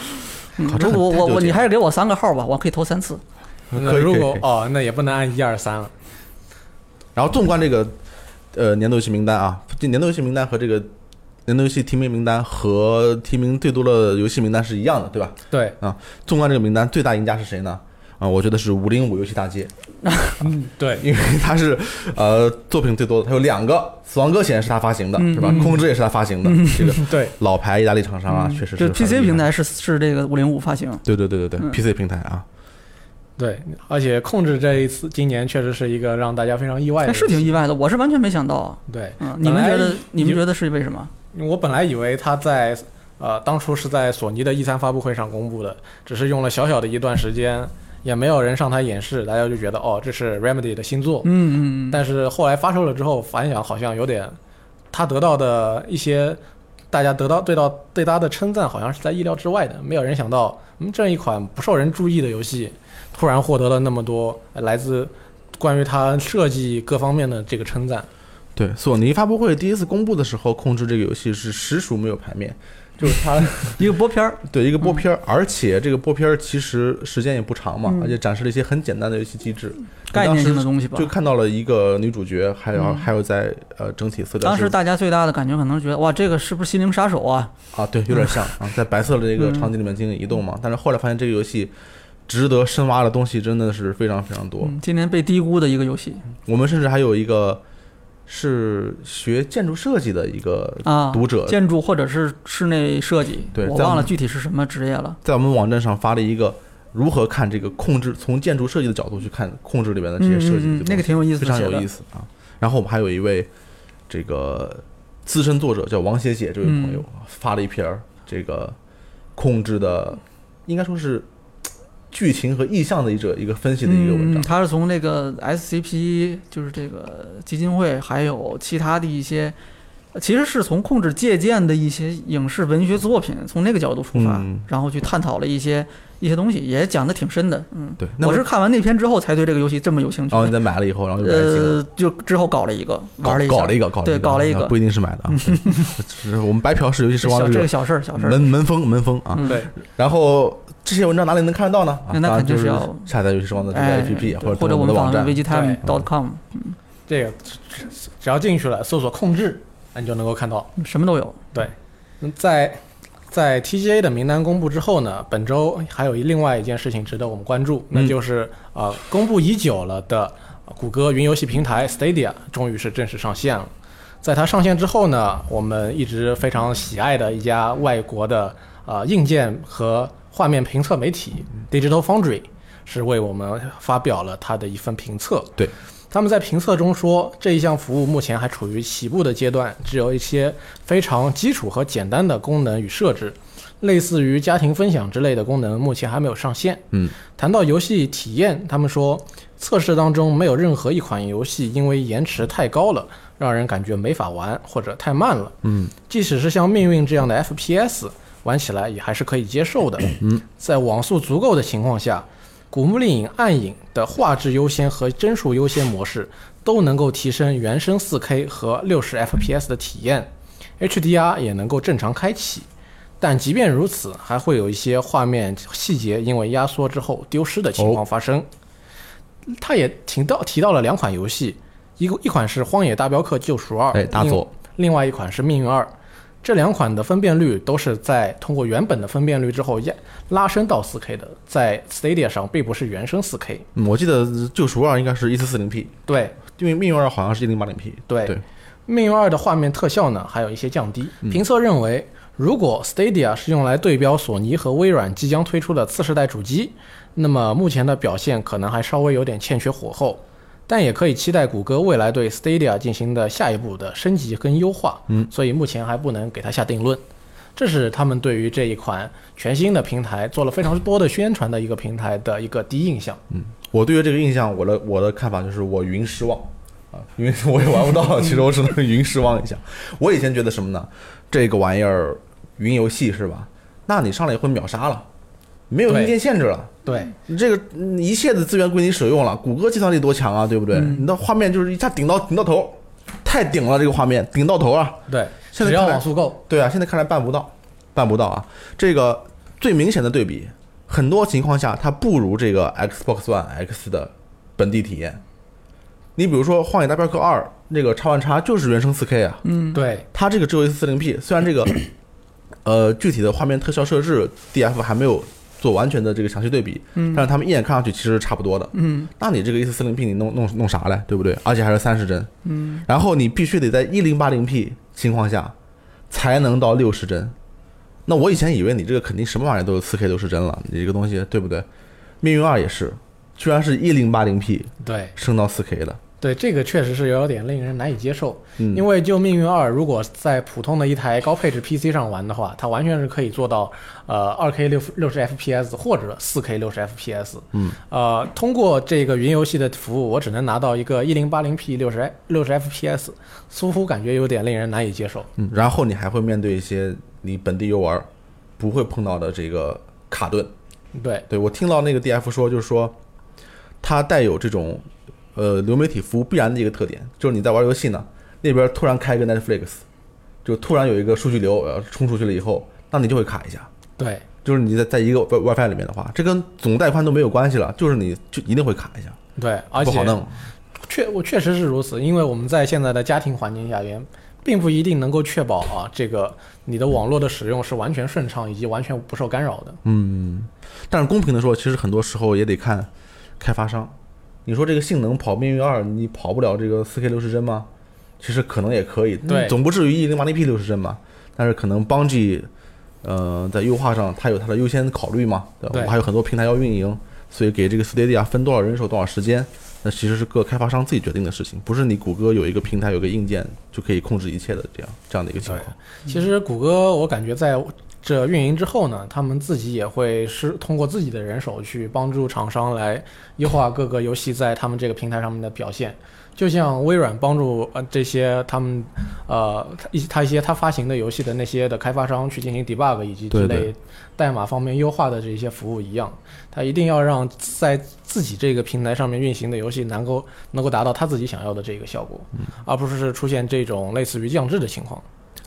S3: 嗯
S2: 靠这
S3: 如果
S2: 太
S3: 我
S2: 纠
S3: 我
S2: 结
S3: 你
S2: 了
S3: 还是给我三个号吧，我可以投三次。
S1: 那
S2: 可以
S1: 如
S2: 可以
S1: 果
S2: 可以
S1: 哦，那也不能按一二三了。
S2: 然后纵观这个呃年度游戏名单啊，这年度游戏名单和这个年度游戏提名名单和提名最多的游戏名单是一样的，对吧？
S1: 对，
S2: 纵观这个名单，最大赢家是谁呢？啊、我觉得是五零五游戏大街， [LAUGHS]
S1: 嗯，对，
S2: 因为它是呃作品最多的，它有两个，《死亡搁浅》是它发行的，
S3: 嗯
S2: 是吧？
S3: 嗯
S2: 空之也是它发行的，这个
S1: 对，
S2: 老牌意大利厂商啊，确实
S3: 就是 PC
S2: 很厉害
S3: 平，台是是这个五零五发行，
S2: 对对对对对
S3: 嗯
S2: ，PC 平台啊，
S1: 对，而且控制这一次今年确实是一个让大家非常意外
S3: 哎
S1: 的，
S3: 是挺意外的，我是完全没想到。
S1: 对。
S3: 嗯，你们觉
S1: 本
S3: 得
S1: 来
S2: 哎
S3: 你们觉得是为什么？
S1: 我本来以为他在呃当初是在索尼的 E 3发布会上公布的，只是用了小小的一段时间，也没有人上台演示，大家就觉得哦这是 Remedy 的新作。
S3: 嗯嗯嗯，
S1: 但是后来发售了之后，反响好像有点，他得到的一些大家得到对到对他的称赞，好像是在意料之外的，没有人想到，嗯，这样一款不受人注意的游戏，突然获得了那么多呃来自关于它设计各方面的这个称赞。 [LAUGHS]
S2: 对，索尼发布会第一次公布的时候，控制这个游戏是实属没有牌面，就是它
S3: 一个播片儿，
S2: 对一个播片儿，而且这个播片儿其实时间也不长嘛，
S3: 嗯
S2: 而且展示了一些很简单的游戏机制，
S3: 概念性的东西吧
S2: 就。看到了一个女主角，还有
S3: 嗯
S2: 还有在呃整体色调
S3: 当
S2: 是
S3: 时大家最大的感觉可能觉得哇，这个是不是心灵杀手啊？
S2: 啊，对，有点像啊，在白色的这个
S3: 嗯
S2: 场景里面进行移动嘛，但是后来发现这个游戏。值得深挖的东西真的是非常非常多。
S3: 嗯，今年被低估的一个游戏
S2: 我们甚至还有一个是学建筑设计的一个
S3: 啊，
S2: 读者
S3: 建筑或者是室内设计，
S2: 呃对
S3: 我
S2: 在我
S3: 忘了
S2: 们
S3: 具体是什么职业了。
S2: 在我们网站上发了一个如何看这个控制，从建筑设计的角度去看控制里面的这些设计
S3: 嗯
S2: 的东
S3: 嗯
S2: 西
S3: 嗯，那个挺有意思
S2: 非
S3: 的，
S2: 常有
S3: 写的
S2: 意思啊。然后我们还有一位这个资深作者叫王写写这位朋友、
S3: 嗯
S2: 啊发了一篇儿这个控制的，应该说是嘖剧情和意象的一者一个分析的一个文章
S3: 嗯、。他是从那个 SCP，就是这个基金会，还有其他的一些，其实是从控制借鉴的一些影视文学作品，从那个角度出发，
S2: 嗯
S3: 然后去探讨了一些一些东西，也讲的挺深的。嗯，
S2: 对，那哦
S3: 我是看完那篇之后才对这个游戏这么有兴趣。
S2: 然后你再买了以后，然后就来几个
S3: 呃，就之后搞了一个，
S2: 搞
S3: 玩了一
S2: 搞了一
S3: 个，
S2: 个，搞了
S3: 呃对搞了一个嗯
S2: 啊不一定是买的啊。对 [LAUGHS] 只是我们白嫖是游戏时光
S3: 小这
S2: 这
S3: 个
S2: 个
S3: 小事儿，小事儿
S2: 门。门风门风啊。
S3: 嗯
S1: 对，
S2: 然后这些文章哪里能看得到呢？啊
S3: 那
S2: 当然
S3: 肯定
S2: 就是
S3: 要
S2: 下载游戏时光的这
S3: 哎
S2: 个 APP
S3: 对
S2: 啊者
S3: 或者
S2: 我
S3: 我
S2: 们
S3: 们
S2: 的网
S3: 访
S2: 站
S3: 问。VGTime.com，
S1: 这个只只只要进去了，搜索控制，那你就能够看到。
S3: 什么都有。
S1: 嗯在在 TGA 的名单公布之后呢，本周还有一另外一件事情值得我们关注，
S2: 嗯
S1: 那就是呃，公布已久了的呃谷歌云游戏平台 Stadia 终于是正式上线了。在它上线之后呢，我们一直非常喜爱的一家外国的呃硬件和画面评测媒体 Digital Foundry 是为我们发表了它的一份评测。
S2: 对，
S1: 他们在评测中说，这一项服务目前还处于起步的阶段，只有一些非常基础和简单的功能与设置，类似于家庭分享之类的功能，目前还没有上线。
S2: 嗯，
S1: 谈到游戏体验，他们说测试当中没有任何一款游戏因为延迟太高了，让人感觉没法玩或者太慢了。
S2: 嗯，
S1: 即使是像《命运》这样的 FPS，玩起来也还是可以接受的。嗯，在网速足够的情况下，古墓丽影暗影的画质优先和帧数优先模式都能够提升原生 4K 和 60fps 的体验，HDR 也能够正常开启。但即便如此，还会有一些画面细节因为压缩之后丢失的情况发生。他也提到提到了两款游戏，一个一款是《荒野大镖客：救赎二》，
S2: 哎大作
S1: 另，另外一款是《命运二》。这两款的分辨率都是在通过原本的分辨率之后压拉升到 4K 的，在 Stadia 上并不是原生 4K。
S2: 嗯我记得《救赎二》应该是一四四零 P，
S1: 对
S2: 因为《命运二》好像是一零八零 P。
S1: 对，
S2: 对
S1: 命运二》的画面特效呢还有一些降低。
S2: 嗯
S1: 评测认为，如果 Stadia 是用来对标索尼和微软即将推出的次世代主机，那么目前的表现可能还稍微有点欠缺火候。但也可以期待谷歌未来对 Stadia 进行的下一步的升级跟优化。
S2: 嗯，
S1: 所以目前还不能给它下定论。这是他们对于这一款全新的平台做了非常多的宣传的一个平台的一个第一印象。
S2: 嗯我对于这个印象，我的我的看法就是我云失望啊，因为我也玩不到，其实我只能云失望一下。 [LAUGHS] 我以前觉得什么呢？这个玩意儿云游戏是吧？那你上来也会秒杀了，没有
S1: 对
S2: 硬件限制了。
S1: 对，
S2: 你这个嗯一切的资源归你使用了，谷歌计算力多强啊，对不对？
S1: 嗯
S2: 你的画面就是一下顶到顶到头，太顶了，这个画面顶到头啊！
S1: 对，
S2: 现在
S1: 只要
S2: 看来
S1: 网速够，
S2: 对啊，现在看来办不到，办不到啊！这个最明显的对比，很多情况下它不如这个 Xbox One X 的本地体验。你比如说《荒野大镖客二》那个叉万叉就是原生 4K 啊，
S3: 嗯，
S1: 对
S2: 它这个只有 1440P，虽然这个呃具体的画面特效设置 DF 还没有做完全的这个详细对比，
S3: 嗯
S2: 但是他们一眼看上去其实是差不多的。
S3: 嗯
S2: 那你这个 1440P 你弄弄弄啥嘞，对不对？而且还是三十帧，
S3: 嗯，
S2: 然后你必须得在一零八零 P 情况下才能到六十帧。那我以前以为你这个肯定什么玩意儿都有四 K 六十帧了，你这个东西对不对？命运二也是，居然是一零八零 P
S1: 对
S2: 升到四 K 的，
S1: 对，这个确实是有点令人难以接受。
S2: 嗯
S1: 因为就《命运二》，如果在普通的一台高配置 PC 上玩的话，它完全是可以做到呃 2K 六六十 FPS 或者 4K 六十 FPS。
S2: 嗯，
S1: 呃，通过这个云游戏的服务，我只能拿到一个 1080P 六十六十 FPS，似乎感觉有点令人难以接受。
S2: 嗯，然后你还会面对一些你本地游玩不会碰到的这个卡顿。
S1: 对，
S2: 对我听到那个 DF 说，就是说它带有这种呃流媒体服务必然的一个特点，就是你在玩游戏呢，那边突然开一个 Netflix，就突然有一个数据流呃冲出去了以后，那你就会卡一下。
S1: 对，
S2: 就是你在在一个 Wi- WiFi 里面的话，这跟总带宽都没有关系了，就是你就一定会卡一下，
S1: 对，而
S2: 不
S1: 且
S2: 好弄。
S1: 确我确实是如此，因为我们在现在的家庭环境下边，并不一定能够确保啊，这个你的网络的使用是完全顺畅以及完全不受干扰的。
S2: 嗯，但是公平的说，其实很多时候也得看开发商。你说这个性能跑《命运二》，你跑不了这个 4K 六十帧吗？其实可能也可以，
S1: 对
S2: 总不至于一零八零 P 六十帧吧。但是可能邦 G，呃，在优化上它有它的优先考虑嘛。对吧
S1: 对
S2: 我还有很多平台要运营，所以给这个 Stadia 分多少人手多少时间，那其实是各开发商自己决定的事情，不是你谷歌有一个平台有个硬件就可以控制一切的这样这样的一个情况。
S1: 其实谷歌，我感觉在这运营之后呢，他们自己也会是通过自己的人手去帮助厂商来优化各个游戏在他们这个平台上面的表现。就像微软帮助呃这些他们呃一他一些他发行的游戏的那些的开发商去进行 debug 以及之
S2: 对
S1: 类代码方面优化的这些服务一样，他一定要让在自己这个平台上面运行的游戏能够能够达到他自己想要的这个效果，而不是出现这种类似于降智的情况。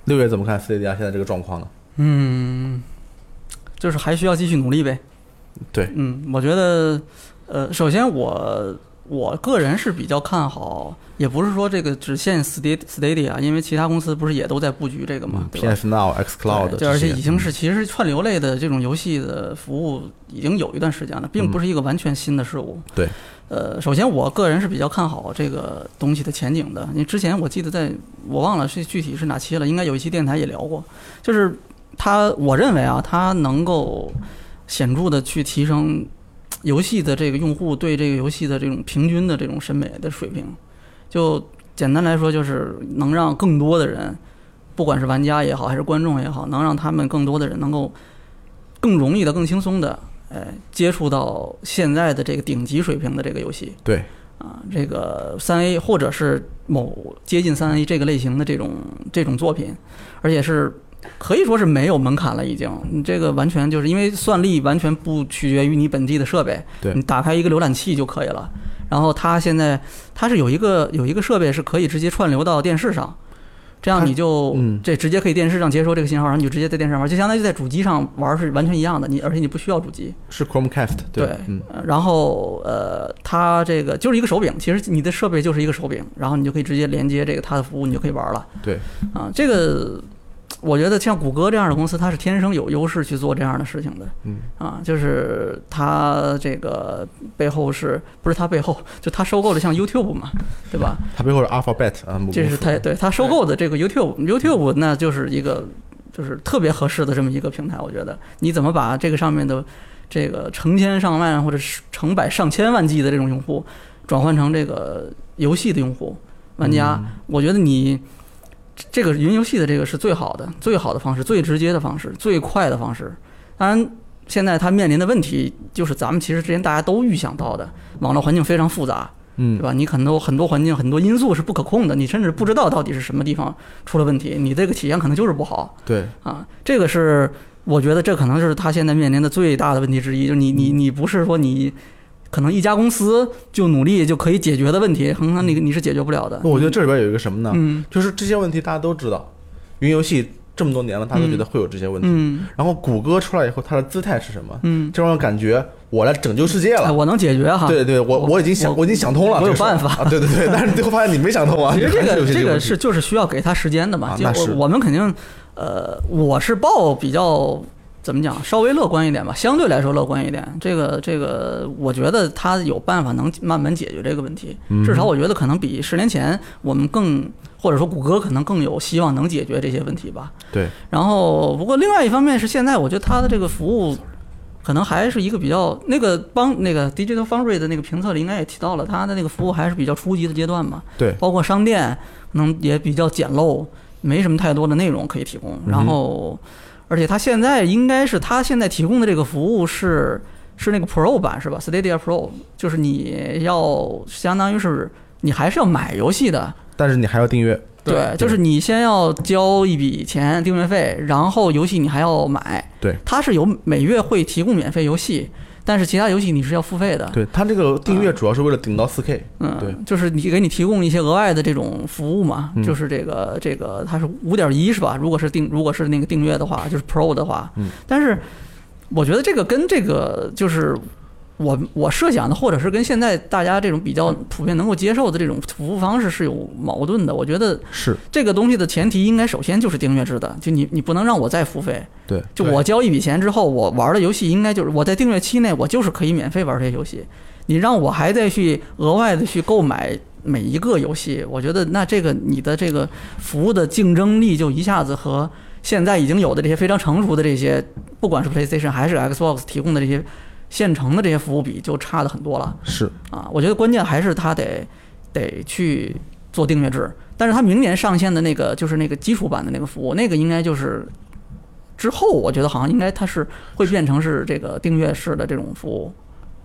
S2: 六月怎么看 Stadia 现在这个状况呢？
S3: 嗯，就是还需要继续努力呗。
S2: 对，
S3: 嗯，我觉得，呃，首先我我个人是比较看好，也不是说这个只限 Stadia Stadia，因为其他公司不是也都在布局这个嘛，对吧？
S2: PS Now、X Cloud，
S3: 嗯
S2: 嗯
S3: 对就而且已经是其实串流类的这种游戏的服务已经有一段时间了，并不是一个完全新的事物。
S2: 嗯对，
S3: 呃，首先我个人是比较看好这个东西的前景的。因为之前我记得在我忘了是具体是哪期了，应该有一期电台也聊过，就是它，我认为啊，它能够显著的去提升游戏的这个用户对这个游戏的这种平均的这种审美的水平。就简单来说，就是能让更多的人，不管是玩家也好，还是观众也好，能让他们更多的人能够更容易的、更轻松的，哎，接触到现在的这个顶级水平的这个游戏
S2: 对，
S3: 啊，这个三 A 或者是某接近三 A 这个类型的这种这种作品，而且是可以说是没有门槛了，已经。你这个完全就是因为算力完全不取决于你本地的设备，
S2: 对
S3: 你打开一个浏览器就可以了。然后它现在它是有一个有一个设备是可以直接串流到电视上，这样
S2: 它
S3: 你就
S2: 嗯
S3: 这直接可以电视上接收这个信号，然后你就直接在电视上玩，就相当于在主机上玩是完全一样的。你而且你不需要主机，
S2: 是 Chromecast 对吧，嗯，
S3: 呃然后呃，它这个就是一个手柄，其实你的设备就是一个手柄，然后你就可以直接连接这个它的服务，你就可以玩了。
S2: 对，
S3: 啊，这个我觉得像谷歌这样的公司，它是天生有优势去做这样的事情的。
S2: 嗯，
S3: 啊，就是它这个背后是不是它背后就它收购了像 YouTube 嘛，对吧？
S2: 它背后是 Alphabet 啊，母
S3: 这是
S2: 公司
S3: 它对它收购的这个 YouTube，YouTube 那就是一个就是特别合适的这么一个平台，我觉得你怎么把这个上面的这个成千上万或者是成百上千万计的这种用户转换成这个游戏的用户玩家，
S2: 嗯
S3: 我觉得你这个云游戏的这个是最好的、最好的方式、最直接的方式、最快的方式。当然，现在它面临的问题就是咱们其实之前大家都预想到的，网络环境非常复杂，对
S2: 嗯，
S3: 吧？你很多很多环境、很多因素是不可控的，你甚至不知道到底是什么地方出了问题，你这个体验可能就是不好
S2: 对，
S3: 啊。这个是我觉得这可能是他现在面临的最大的问题之一，就是你你你不是说你可能一家公司就努力就可以解决的问题，可能你你是解决不了的
S2: 那。我觉得这里边有一个什么呢？
S3: 嗯
S2: 就是这些问题大家都知道，云游戏这么多年了，大家都觉得会有这些问题。
S3: 嗯
S2: 然后谷歌出来以后，它的姿态是什么？
S3: 嗯，
S2: 这让我感觉我来拯救世界
S3: 哎，
S2: 了。
S3: 我能解决哈。
S2: 对对，我
S3: 我
S2: 我已经想
S3: 我
S2: 我已经想通了，
S3: 我有
S2: 这个事儿
S3: 办法
S2: 啊。对对
S3: [LAUGHS]
S2: 对，但是最后发现你没想通啊。
S3: 其实这
S2: 还有
S3: 个
S2: 些
S3: 这
S2: 问
S3: 个
S2: 题
S3: 是就是需要给他时间的嘛
S2: 啊，
S3: 就
S2: 那是
S3: 我我们肯定，呃，我是抱比较怎么讲，稍微乐观一点吧，相对来说乐观一点。这个这个，我觉得他有办法能慢慢解决这个问题，
S2: 嗯
S3: 至少我觉得可能比十年前我们更，或者说谷歌可能更有希望能解决这些问题吧。
S2: 对，
S3: 然后，不过另外一方面是现在我觉得它的这个服务，可能还是一个比较那个帮那个 Digital Foundry 的那个评测里应该也提到了，它的那个服务还是比较初级的阶段嘛。
S2: 对
S3: 包括商店可能也比较简陋，没什么太多的内容可以提供。然后，而且它现在应该是它现在提供的这个服务是是那个 Pro 版是吧？Stadia Pro 就是你要相当于是你还是要买游戏的，
S2: 但是你还要订阅。
S3: 对，就是你先要交一笔钱订阅费，然后游戏你还要买。
S2: 对，
S3: 它是有每月会提供免费游戏，但是其他游戏你是要付费的。
S2: 对它这个订阅主要是为了顶到四 K。
S3: 嗯，
S2: 对，
S3: 就是你给你提供一些额外的这种服务嘛，
S2: 嗯
S3: 就是这个这个它是五点一是吧？如果是订如果是那个订阅的话，就是 Pro 的话，
S2: 嗯
S3: 但是我觉得这个跟这个就是我我设想的，或者是跟现在大家这种比较普遍能够接受的这种服务方式是有矛盾的。我觉得
S2: 是
S3: 这个东西的前提应该首先就是订阅制的，就你你不能让我再付费，
S2: 对，
S3: 就我交一笔钱之后，我玩的游戏应该就是我在订阅期内我就是可以免费玩这些游戏，你让我还再去额外的去购买每一个游戏，我觉得那这个你的这个服务的竞争力就一下子和现在已经有的这些非常成熟的这些，不管是 PlayStation 还是 Xbox 提供的这些现成的这些服务比就差的很多了。
S2: 是
S3: 啊，我觉得关键还是他得得去做订阅制，但是他明年上线的那个就是那个基础版的那个服务，那个应该就是之后，我觉得好像应该它是会变成是这个订阅式的这种服务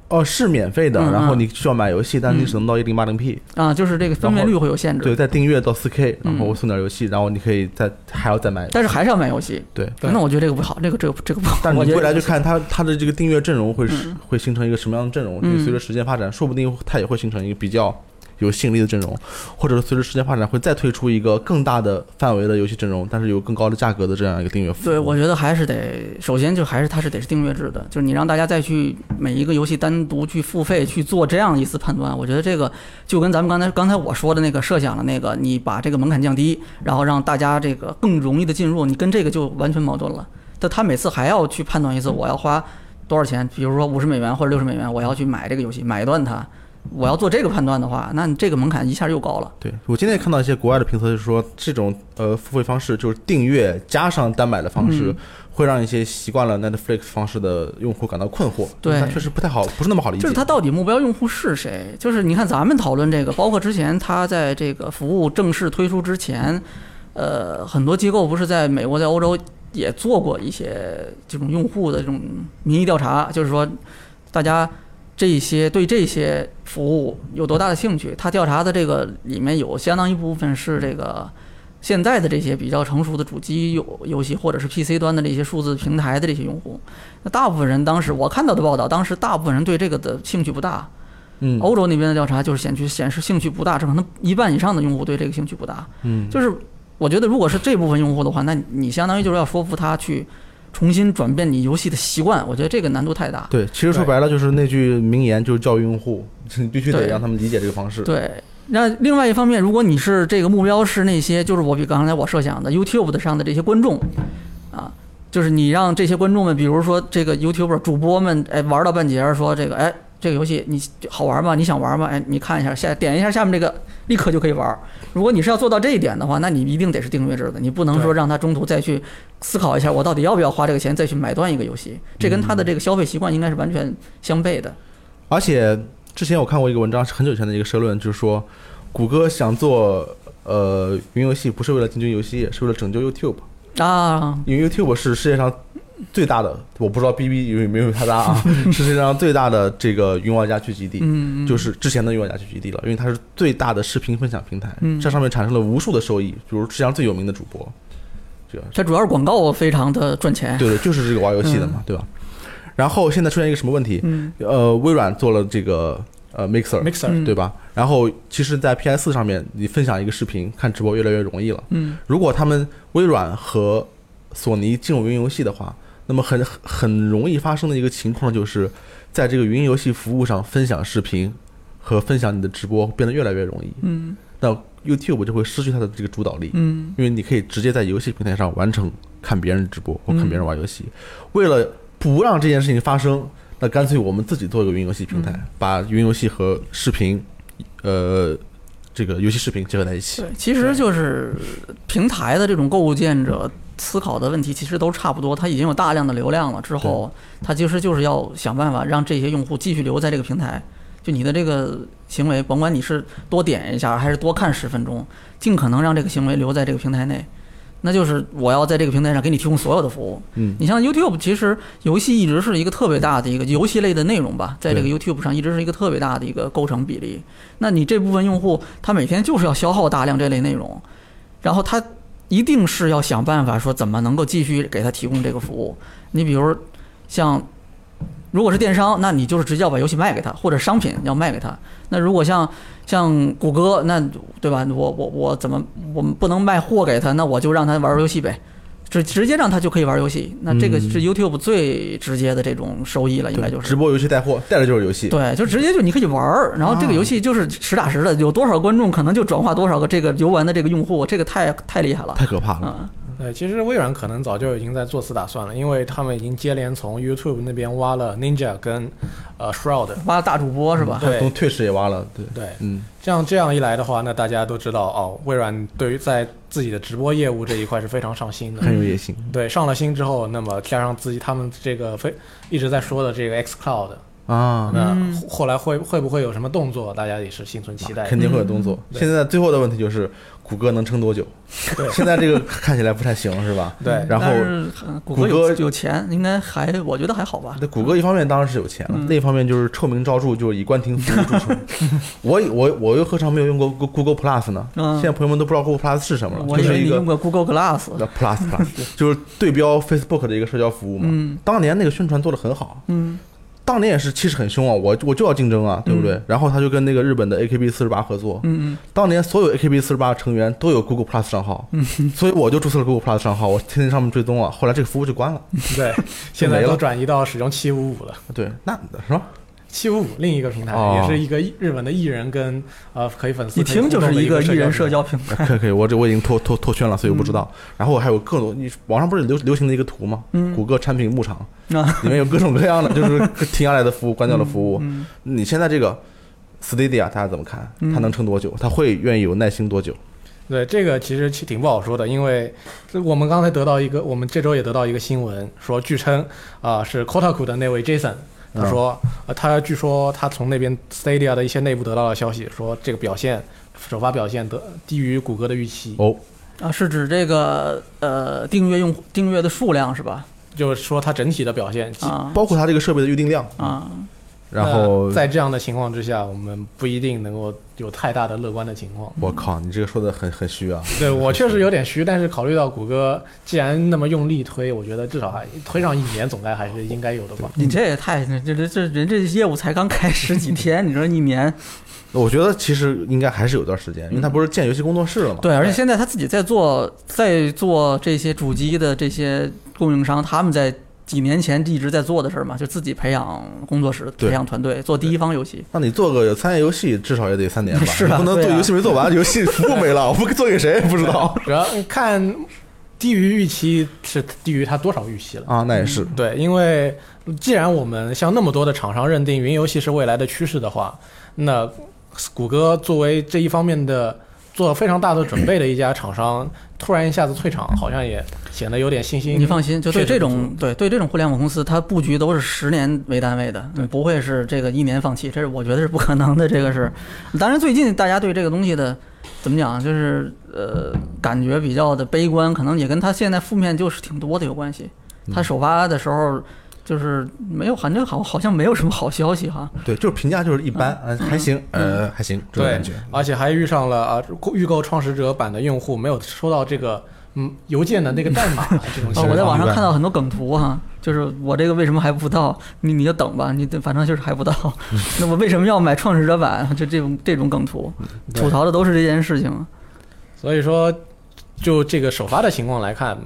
S2: 哦，是免费的，
S3: 嗯嗯
S2: 然后你需要买游戏，但是你
S3: 嗯
S2: 只能到一零八零 P。
S3: 啊，就是这个分辨率会有限
S2: 对，
S3: 制，
S2: 再订阅到四 K，然后
S3: 嗯
S2: 送点游戏，然后你可以再还要再买。
S3: 但是还是要买游戏。
S2: 对，
S1: 对
S3: 那我觉得这个不好，这个这个这个不好。
S2: 但你
S3: 我觉得
S2: 未来
S3: 这
S2: 就
S3: 个
S2: 看它它的这个订阅阵容会是
S3: 嗯
S2: 会形成一个什么样的阵容，
S3: 嗯
S2: 因为随着时间发展，说不定它也会形成一个比较有吸引力的阵容，或者随着时间发展会再推出一个更大的范围的游戏阵容，但是有更高的价格的这样一个订阅服务。
S3: 对，我觉得还是得，首先就还是它是得是订阅制的，就是你让大家再去每一个游戏单独去付费去做这样一次判断，我觉得这个就跟咱们刚才刚才我说的那个设想的那个，你把这个门槛降低，然后让大家这个更容易的进入，你跟这个就完全矛盾了。但他每次还要去判断一次，我要花多少钱，比如说五十美元或者六十美元，我要去买这个游戏，买断它。我要做这个判断的话，那你这个门槛一下又高了。
S2: 对我今天也看到一些国外的评测，就是说这种呃付费方式，就是订阅加上单买的方式，
S3: 嗯
S2: 会让一些习惯了 Netflix 方式的用户感到困惑。
S3: 对
S2: 因为它确实不太好，不是那么好理解。
S3: 就是它到底目标用户是谁？就是你看咱们讨论这个，包括之前它在这个服务正式推出之前，呃，很多机构不是在美国、在欧洲也做过一些这种用户的这种民意调查，就是说大家这些对这些服务有多大的兴趣？他调查的这个里面有相当一部分是这个现在的这些比较成熟的主机游游戏或者是 PC 端的这些数字平台的这些用户，那大部分人当时我看到的报道，当时大部分人对这个的兴趣不大。
S2: 嗯
S3: 欧洲那边的调查就是显去显示兴趣不大，这可能一半以上的用户对这个兴趣不大。
S2: 嗯，
S3: 就是我觉得如果是这部分用户的话，那你相当于就是要说服他去重新转变你游戏的习惯，我觉得这个难度太大。
S2: 对，其实说
S1: 对
S2: 白了就是那句名言，就是教育用户，你必须得
S3: 对
S2: 让他们理解这个方式。
S3: 对，那另外一方面，如果你是这个目标是那些，就是我比刚才我设想的 YouTube 的上的这些观众，啊，就是你让这些观众们，比如说这个 YouTuber 主播们，哎，玩到半截儿说这个，哎，这个游戏你好玩吗？你想玩吗？哎，你看一下下点一下下面这个，立刻就可以玩儿。如果你是要做到这一点的话，那你一定得是订阅制的，你不能说
S1: 对
S3: 让他中途再去思考一下，我到底要不要花这个钱再去买断一个游戏，这跟他的这个消费习惯应该是完全相悖的。
S2: 而且之前我看过一个文章，是很久以前的一个社论，就是说谷歌想做呃云游戏，不是为了进军游戏业，是为了拯救 YouTube。
S3: 啊，
S2: 因为 YouTube 是世界上最大的，我不知道 BB 有没有它大
S3: [LAUGHS]
S2: 啊，是世界上最大的这个云玩家聚集地，
S3: 嗯，嗯
S2: 就是之前的云玩家聚集地了，因为它是最大的视频分享平台，
S3: 嗯
S2: 这上面产生了无数的收益，比如世界上最有名的主播，这个
S3: 它主要是广告非常的赚钱。
S2: 对对，就是这个玩游戏的嘛，对吧？然后现在出现一个什么问题？
S3: 嗯
S2: 呃，微软做了这个呃 Mixer，
S1: Mixer，
S2: 对吧？然后其实，在 PS 上面，你分享一个视频、看直播越来越容易了。
S3: 嗯
S2: 如果他们微软和索尼进入云游戏的话，那么很很容易发生的一个情况就是，在这个云游戏服务上分享视频和分享你的直播变得越来越容易。
S3: 嗯
S2: 那 YouTube 就会失去它的这个主导力，
S3: 嗯
S2: 因为你可以直接在游戏平台上完成看别人直播或看别人玩游戏。为了不让这件事情发生，那干脆我们自己做一个云游戏平台，把云游戏和视频，呃，这个游戏视频结合在一起。
S3: 对，其实就是平台的这种构建者思考的问题，其实都差不多。他已经有大量的流量了，之后他其实就是要想办法让这些用户继续留在这个平台。就你的这个行为，甭管你是多点一下还是多看十分钟，尽可能让这个行为留在这个平台内。那就是我要在这个平台上给你提供所有的服务。
S2: 嗯，
S3: 你像 YouTube，其实游戏一直是一个特别大的一个游戏类的内容吧，在这个 YouTube 上一直是一个特别大的一个构成比例。那你这部分用户，他每天就是要消耗大量这类内容，然后他一定是要想办法说怎么能够继续给他提供这个服务。你比如像，如果是电商，那你就是直接要把游戏卖给他，或者商品要卖给他。那如果像像谷歌，那对吧？我我我怎么我们不能卖货给他？那我就让他玩游戏呗。直直接让他就可以玩游戏，那这个是 YouTube 最直接的这种收益了，应该就是
S2: 嗯直播游戏带货，带的就是游戏。
S3: 对，就直接就你可以玩儿，然后这个
S2: 啊
S3: 游戏就是实打实的，有多少观众可能就转化多少个这个游玩的这个用户，这个太太厉害了。
S2: 太可怕了。
S3: 嗯，
S1: 对，呃其实微软可能早就已经在做此打算了，因为他们已经接连从 YouTube 那边挖了 Ninja 跟呃 Shroud，
S3: 挖大主播是吧？
S1: 对
S2: [LAUGHS] 从退市也挖了，对，
S1: 对，
S2: 嗯，
S1: 这样这样一来的话，那大家都知道哦，微软对于在自己的直播业务这一块是非常上心的。
S3: 嗯
S2: 很有野心。
S1: 对，上了心之后，那么加上自己他们这个非一直在说的这个 X Cloud，
S2: 啊，
S1: 那
S3: 嗯
S1: 后后来会会不会有什么动作，大家也是心存期待。
S2: 肯定会有动作。
S1: 对
S2: 现在最后的问题就是，谷歌能撑多久？
S1: 嗯对
S2: 现在这个看起来不太行，是吧？
S1: 对
S2: 然后
S3: 但是呃谷歌
S2: 谷歌
S3: 有有钱，应该还我觉得还好吧。
S2: 那谷歌一方面当然是有钱了，
S3: 嗯
S2: 另一方面就是臭名昭著，就是以官厅服务著
S3: [LAUGHS]
S2: 称。我我我又何尝没有用过 Go- Google Plus 呢？
S3: 嗯
S2: 现在朋友们都不知道 Google Plus 是什么了，
S3: 我
S2: 就
S3: 以
S2: 是
S3: 为
S2: 一
S3: 你
S2: 个
S3: 用过 Google Glass，
S2: 那 Plus Plus，就是
S3: [LAUGHS]
S2: 对标 Facebook 的一个社交服务嘛。
S3: 嗯
S2: 当年那个宣传做得很好，
S3: 嗯
S2: 当年也是气势很凶啊，我我就要竞争啊，对不对？然后他就跟那个日本的 AKB 四十八合作，
S3: 嗯
S2: 当年所有 AKB 四十八成员都有 Google Plus 账号，
S3: 嗯
S2: 所以我就注册了 Google Plus 账号，我天天上面追踪啊。后来这个服务就关了。 [LAUGHS]
S1: 对，现在
S2: 没
S1: 都
S2: 了
S1: 转移到使用七五五了。
S2: 对，那是吧？
S1: 七五五另一个平台、
S2: 哦
S1: 也是一个艺日本的艺人跟呃可以粉丝
S3: 一听就是
S1: 一
S3: 一个艺人社
S1: 交
S3: 交平台。
S2: [LAUGHS] 可以可以，我这我已经脱脱脱圈了，所以我不知道。然后我还有各种，你网上不是流流行的一个图吗？
S3: 嗯
S2: 谷歌产品牧场
S3: 啊
S2: 里面有各种各样
S3: [LAUGHS]
S2: 的，就是停下来的服务、关掉的服务。
S3: 嗯，
S2: 你现在这个 Stadia 大家怎么看？
S3: 嗯
S2: 它能撑多久？它会愿意有耐心多久？
S1: 对，这个其实其挺不好说的，因为这我们刚才得到一个，我们这周也得到一个新闻，说据称啊、是 Kotaku 的那位 Jason，他说、
S3: 嗯
S1: 呃他据说他从那边 Stadia 的一些内部得到的消息，说这个表现首发表现得低于谷歌的预期，
S2: 哦，
S3: 啊，是指这个呃订阅用户订阅的数量是吧？
S1: 就是说它整体的表现，
S3: 啊
S2: 包括它这个设备的预定量，
S3: 啊，
S2: 然后
S1: 那呃在这样的情况之下，我们不一定能够有太大的乐观的情况。
S2: 我靠，你这个说的很很虚啊！
S1: [LAUGHS] 对我确实有点虚，但是考虑到谷歌既然那么用力推，我觉得至少还推上一年，总该还是应该有的吧。
S2: 嗯
S3: 你这也太这这这人这业务才刚开始几天，你说
S2: [LAUGHS]
S3: 一年，
S2: 我觉得其实应该还是有段时间，
S1: 嗯
S2: 因为他不是建游戏工作室了嘛。
S3: 对，而且现在他自己在做，在做这些主机的这些供应商，他们在几年前一直在做的事儿嘛，就自己培养工作室、
S2: 对
S3: 培养团队，做第一方游戏。
S2: 那你做个参与游戏，至少也得三
S1: [LAUGHS]
S2: 年吧？
S3: 是啊
S2: 你不能
S3: 对啊
S2: 游戏没做完，游戏服务没了，我们做给谁不
S1: [LAUGHS]
S2: 知道
S1: 主要看低于预期是低于它多少预期了。
S2: 啊？那也是，
S1: 对，因为既然我们像那么多的厂商认定云游戏是未来的趋势的话，那谷歌作为这一方面的做了非常大的准备的一家厂商，突然一下子退场，好像也显得有点信心。
S3: 你放心，就对
S1: 确实
S3: 这
S1: 不
S3: 种对对这种互联网公司，它布局都是十年为单位的，嗯不会是这个一年放弃，这是我觉得是不可能的。这个是，当然最近大家对这个东西的怎么讲，啊就是呃感觉比较的悲观，可能也跟它现在负面就是挺多的有关系。
S1: 嗯
S3: 它首发的时候就是没有，反正好好像没有什么好消息哈。
S2: 对，就是评价就是一般，嗯，还行，呃，还行，这种
S1: 对
S2: 感觉。，
S1: 而且还遇上了啊，预购创始者版的用户没有收到这个嗯邮件的那个代
S2: [LAUGHS]
S1: 码这种
S2: 是
S3: 哦
S1: 情，
S3: 我在网
S2: 明
S3: 上
S2: 白
S3: 看到很多梗图哈，就是我这个为什么还不到？你你就等吧，你反正就是还不到。
S2: 嗯
S3: [LAUGHS] 那我为什么要买创始者版？就这种这种梗图，
S2: 嗯
S1: 对
S3: 吐槽的都是这件事情。
S1: 所以说就这个首发的情况来看。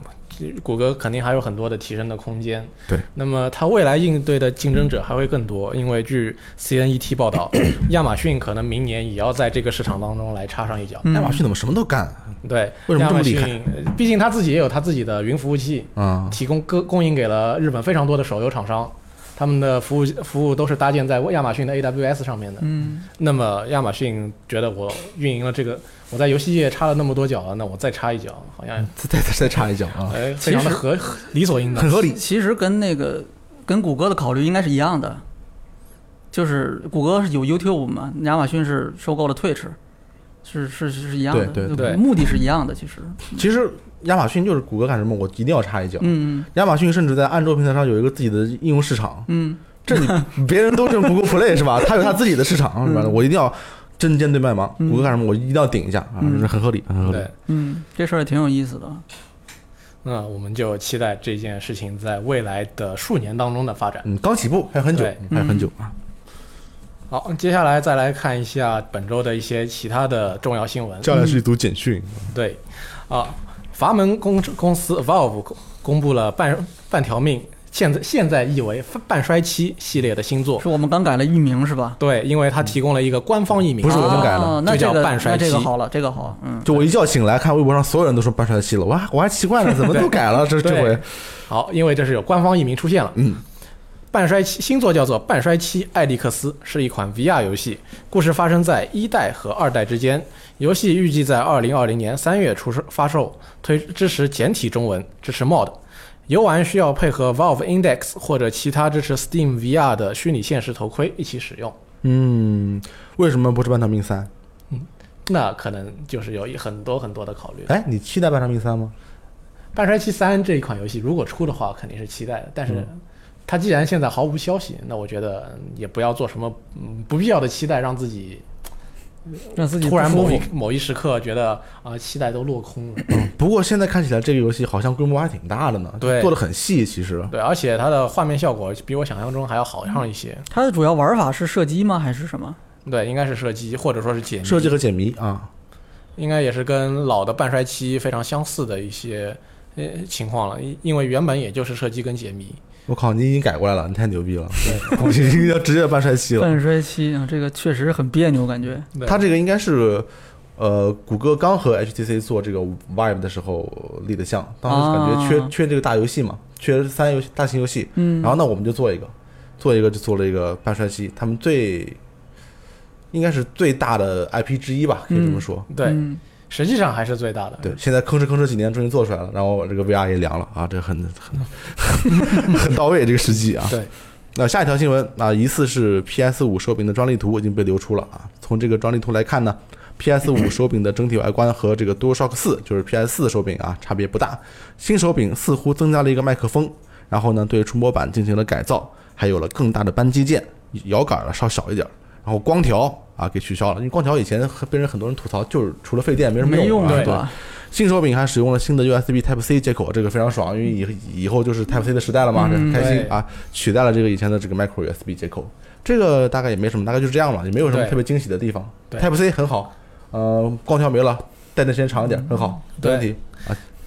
S1: 谷歌肯定还有很多的提升的空间。
S2: 对，
S1: 那么它未来应对的竞争者还会更多，因为据 CNET 报
S2: [COUGHS]
S1: 道，亚马逊可能明年也要在这个市场当中来插上一脚。
S3: 嗯
S2: 亚马逊怎么什么都干
S1: 对，
S2: 为什么
S1: 亚
S2: 这么
S1: 马
S2: 厉害
S1: 逊，呃毕竟它自己也有它自己的云服务器，
S2: 啊？
S1: 提供各供应给了日本非常多的手游厂商，他们的服务服务都是搭建在亚马逊的 AWS 上面的。
S3: 嗯，
S1: 那么亚马逊觉得我运营了这个，我在游戏业插了那么多脚了，那我再插一脚，好像
S3: 嗯
S2: 再再再插一脚啊，
S1: 嗯 [LAUGHS] 哎非常的
S3: [LAUGHS]
S1: 合合理所应当
S2: 很。合理。
S3: 其实跟那个跟谷歌的考虑应该是一样的，就是谷歌是有 YouTube 嘛，亚马逊是收购了 Twitch，是是是是一样的，
S2: 对对
S1: 对
S3: 目的是一样的，其实。
S2: 其实亚马逊就是谷歌干什么，我一定要插一脚。
S3: 嗯
S2: 亚马逊甚至在安卓平台上有一个自己的应用市场，
S3: 嗯
S2: 这你别人都用 Google Play 是吧？他有他自己的市场是吧？
S3: 嗯
S2: 我一定要针尖对麦芒，
S3: 嗯
S2: 谷歌干什么我一定要顶一下啊，
S3: 嗯
S2: 这很合理，很合理
S1: 对。，
S3: 嗯，这事儿也挺有意思
S2: 哦
S3: 的。
S1: 那我们就期待这件事情在未来的数年当中的发展。
S2: 嗯，刚起步，还有很久
S1: 对，
S2: 还有很久啊。
S1: 好，接下来再来看一下本周的一些其他的重要新闻。
S2: 下来是一组简讯，
S1: 对，啊，阀门公公司 Valve 公公布了半半条命，现在现在译为半衰期系列的新作。
S3: 是我们刚改了域名是吧？
S1: 对，因为它提供了一个官方译名，
S2: 不是我们改了
S3: 哦那
S1: 就
S3: 这
S1: 叫
S3: 个
S1: 半衰
S3: 那这个
S1: 期
S3: 好了，这个好，嗯。
S2: 就我一觉醒来看微博上所有人都说半衰期了，我还我还奇怪呢，怎么都改了这这
S1: 对
S2: 回？
S1: 好，因为这是有官方译名出现了。
S2: 嗯，
S1: 半衰期新作叫做《半衰期艾利克斯》，是一款 VR 游戏，故事发生在一代和二代之间。游戏预计在二零二零年三月出售发售，推支持简体中文，支持 MOD。游玩需要配合 Valve Index 或者其他支持 Steam VR 的虚拟现实头盔一起使用。
S2: 嗯，为什么不是半条命三？
S1: 那可能就是有一很多很多的考虑。
S2: 哎，你期待半条命三吗？
S1: 《半衰期三》这一款游戏如果出的话，肯定是期待的。但是，
S2: 嗯
S1: 它既然现在毫无消息，那我觉得嗯也不要做什么嗯不必要的期待，让自己
S3: 让自
S1: 突然某一某一时刻觉得啊、期待都落空了。
S2: 不过现在看起来这个游戏好像规模还挺大的呢，
S1: 对
S2: 做的很细，其实。
S1: 对，而且它的画面效果比我想象中还要好上一些。
S3: 它的主要玩法是射击吗？还是什么？
S1: 对，应该是射击或者说是解谜，
S2: 设计和解谜啊，
S1: 应该也是跟老的《半衰期》非常相似的一些呃情况了，因因为原本也就是射击跟解谜。
S2: 我靠，你已经改过来了，你太牛逼了！ [LAUGHS] 我已经要直接半衰期了。
S3: 半衰期啊，这个确实很别扭，感觉。
S1: 对
S2: 它这个应该是，呃，谷歌刚和 HTC 做这个 Vive 的时候立的项，当时感觉缺、
S3: 啊
S2: 缺这个大游戏嘛，缺三游戏大型游戏，
S3: 嗯，
S2: 然后那我们就做一个，做一个就做了一个半衰期，他们最应该是最大的 IP 之一吧，可以这么说。
S1: 对，
S3: 嗯
S1: 实际上还是最大的。
S2: 对，现在吭哧吭哧几年终于做出来了，然后这个 VR 也凉了啊，这很很很 [LAUGHS] 到位这个时机啊。
S1: 对，
S2: 那下一条新闻啊，疑似是 PS 五手柄的专利图已经被流出了啊。从这个专利图来看呢，PS 五手柄的整体外观和这个 DualShock 四，就是 PS 四手柄啊，差别不大。新手柄似乎增加了一个麦克风，然后呢，对触摸板进行了改造，还有了更大的扳机键。摇杆了稍小一点儿，然后光条啊给取消了。因为光条以前很被人很多人吐槽，就是除了费电没什么
S3: 没用
S2: 啊
S1: 对
S3: 是
S2: 对
S3: 吧？
S2: 新手柄还使用了新的 USB Type C 接口，这个非常爽，因为以以后就是 Type C 的时代了嘛，
S3: 嗯
S2: 开心
S1: 对
S2: 啊，取代了这个以前的这个 Micro USB 接口。这个大概也没什么，大概就是这样吧，也没有什么
S1: 对
S2: 特别惊喜的地方。
S1: 对
S2: Type C 很好，呃，光条没了，带的时间长一点，很好，
S3: 嗯
S2: 没
S1: 对
S2: 问题。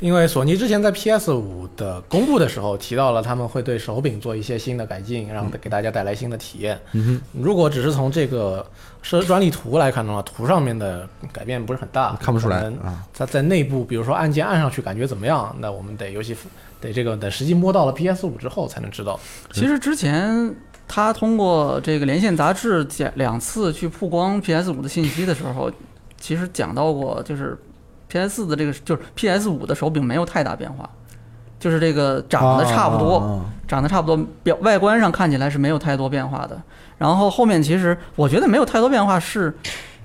S1: 因为索尼之前在 PS 五的公布的时候提到了他们会对手柄做一些新的改进，然后给大家带来新的体验。
S2: 嗯
S1: 如果只是从这个设专利图来看的话，图上面的改变不是很大
S2: 哼，，看不出来
S1: 可能
S2: 啊，
S1: 它在内部，比如说按键按上去感觉怎么样，那我们得游戏得这个等实际摸到了 PS 五之后才能知道。
S2: 嗯
S3: 其实之前他通过这个连线杂志讲两次去曝光 PS 五的信息的时候，其实讲到过，就是 PS 四的这个就是 PS 五的手柄没有太大变化，就是这个长得差不多，
S2: 啊啊啊
S3: 长得差不多，表外观上看起来是没有太多变化的。然后后面其实我觉得没有太多变化是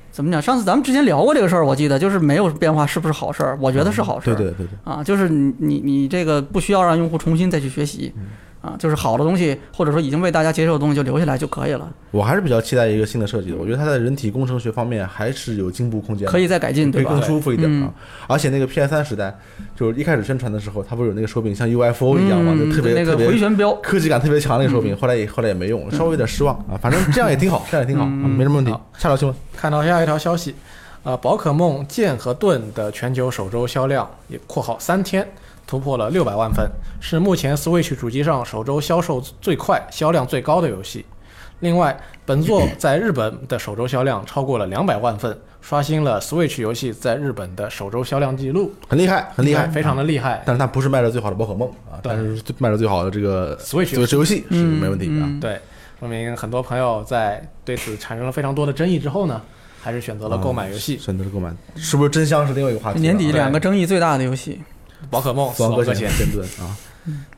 S3: 怎么讲？上次咱们之前聊过这个事儿，我记得就是没有变化是不是好事儿？我觉得是好事儿。
S2: 嗯对对对对，
S3: 啊，就是你你你这个不需要让用户重新再去学习，
S2: 嗯
S3: 啊，就是好的东西或者说已经被大家接受的东西就留下来就可以了，
S2: 我还是比较期待一个新的设计的。我觉得它在人体工程学方面还是有进步空间的，
S3: 可以再改进，
S2: 可
S3: 对
S2: 以
S3: 吧
S2: 更？舒服一点
S3: 嗯
S2: 啊。而且那个 PS 三时代，就是一开始宣传的时候，它不是有那个手柄像 UFO 一样嘛，
S3: 嗯
S2: 就特别
S3: 那
S2: 特
S3: 个
S2: 别
S3: 回旋嗯镖，
S2: 科技感特别强那个手柄，后来也后来也没用，稍微有点失望啊。反正这样也
S3: [LAUGHS]
S2: 挺好，这样也挺好，啊
S3: 嗯
S2: 没什么问题
S1: 好。
S2: 下条新闻，
S1: 看到下一条消息，呃，宝可梦剑和盾的全球首周销量（也括号三天）突破了六百万份，是目前 Switch 主机上首周销售最快、销量最高的游戏。另外，本
S2: [CLEARS THROAT]
S1: 作在日本的首周销量超过了两百万份，刷新了 Switch 游戏在日本的首周销量记录，
S2: 很厉害，很厉害，
S1: 非常的厉害。
S2: 但是它不是卖的最好的宝可梦啊，
S1: 对
S2: 但是最卖的最好的这个
S1: Switch 游戏
S2: 游戏是
S3: 嗯
S2: 没问题的啊。
S3: 嗯
S1: 对，说明很多朋友在对此产生了非常多的争议之后呢，还是选择
S2: 哦
S1: 了购买游戏《
S2: 选择了购买，是不是真香是另外一个话题了啊？
S3: 嗯年底
S1: 对
S3: 两个争议最大的游戏，
S1: 宝可梦：哦
S2: 死
S1: 死
S2: 亡
S1: 亡
S2: 搁
S1: 搁
S2: 浅
S1: 浅》。
S2: 剑盾啊，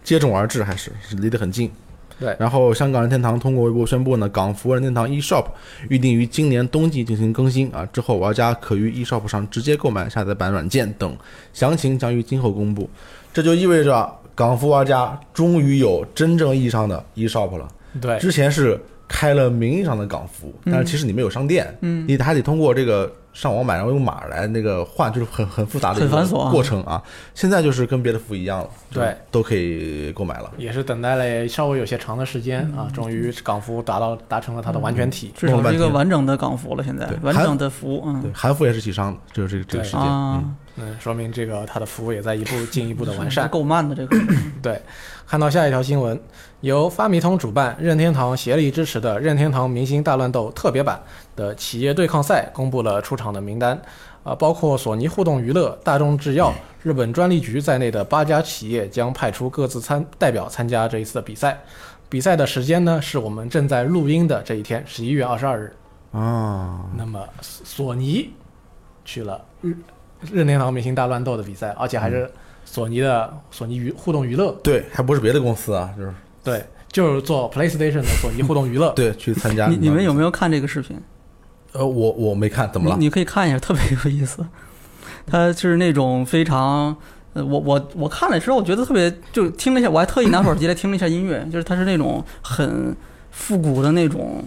S2: 接踵而至，还是是离得很近。
S1: 对
S2: 然后香港任天堂通过微博宣布呢，港服任天堂 eShop 预定于今年冬季进行更新啊，之后玩家可于 eShop 上直接购买下载版软件等，详情将于今后公布。这就意味着港服玩家终于有真正意义上的 eShop 了。
S3: 哎
S1: 对，
S2: 之前是开了名义上的港服，
S3: 嗯
S2: 但是其实你没有商店，嗯，你还得通过这个上网买，然后用码来那个换，就是很很复杂的一个
S3: 很繁琐啊
S2: 过程啊。现在就是跟别的服一样了，
S1: 对，
S2: 都可以购买了。
S1: 也是等待了稍微有些长的时间啊，终于港服达到达成了它的完全体。
S3: 至少是一
S2: 弄了半
S3: 个
S2: 天
S3: 完整的港服了，现在
S2: 对
S3: 完
S2: 还
S3: 整的
S2: 对
S3: 服，嗯，
S2: 韩服也是起商的，就是这个这
S1: 对
S2: 个事件。
S3: 啊
S2: 嗯，，
S1: 嗯，说明这个它的服务也在一步进一步的完善。
S3: 够慢的这个，
S2: 嗯
S1: 对，看到下一条新闻，由发米通主办、任天堂协力支持的《任天堂明星大乱斗特别版》的企业对抗赛公布了出场的名单，啊、包括索尼互动娱乐、大众制药、日本专利局在内的八家企业将派出各自参代表参加这一次的比赛。比赛的时间呢，是我们正在录音的这一天，十一月二十二日。
S2: 啊，
S1: 那么索索尼去了日任天堂明星大乱斗的比赛，而
S3: 嗯
S1: 且还是索尼的索尼娱互动娱乐，
S2: 对，还不是别的公司啊，就是
S1: 对，就是做 PlayStation 的索尼互动娱
S3: [LAUGHS]
S1: 乐。
S2: 对去参加。
S3: 你你们有没有看这个视频？
S2: 呃，我我没看，怎么了
S3: 你？？你可以看一下，特别有意思。 [LAUGHS] 它是那种非常，呃，我我我看了之后，我觉得特别，就听了一下，我还特意拿手机来听了一下音乐，就是它是那种很复古的那种。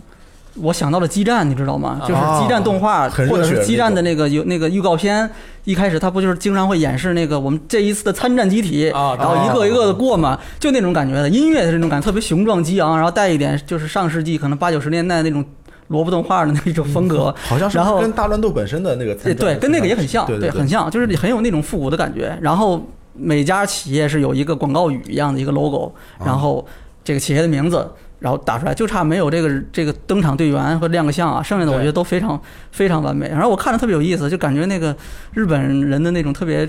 S3: 我想到了激战，你知道吗？就是激战动画，
S2: 啊很热
S3: 或者
S2: 血的
S3: 是
S2: 那
S3: 激战的
S2: 种
S3: 那个有那个预告片，一开始它不就是经常会演示那个我们这一次的参战集体，
S1: 啊
S3: 然后
S2: 哦
S3: 一个一个的过嘛，就那种感觉的音乐的那种感觉，特别雄壮激昂，然后带一点就是上世纪可能八九十年代那种萝卜动画的那种风格，
S2: 好像是
S3: 然后
S2: 跟大乱斗本身的那个参
S3: 对
S2: 加
S3: 对，跟那个也很像，
S2: 嗯对对，
S3: 很像，就是很有那种复古的感觉。然后每家企业是有一个广告语一样的一个 logo，
S2: 啊
S3: 然后这个企业的名字，然后打出来，就差没有这个这个登场队员和亮个相啊，剩下的我觉得都非常非常完美。然后我看着特别有意思，就感觉那个日本人的那种特别。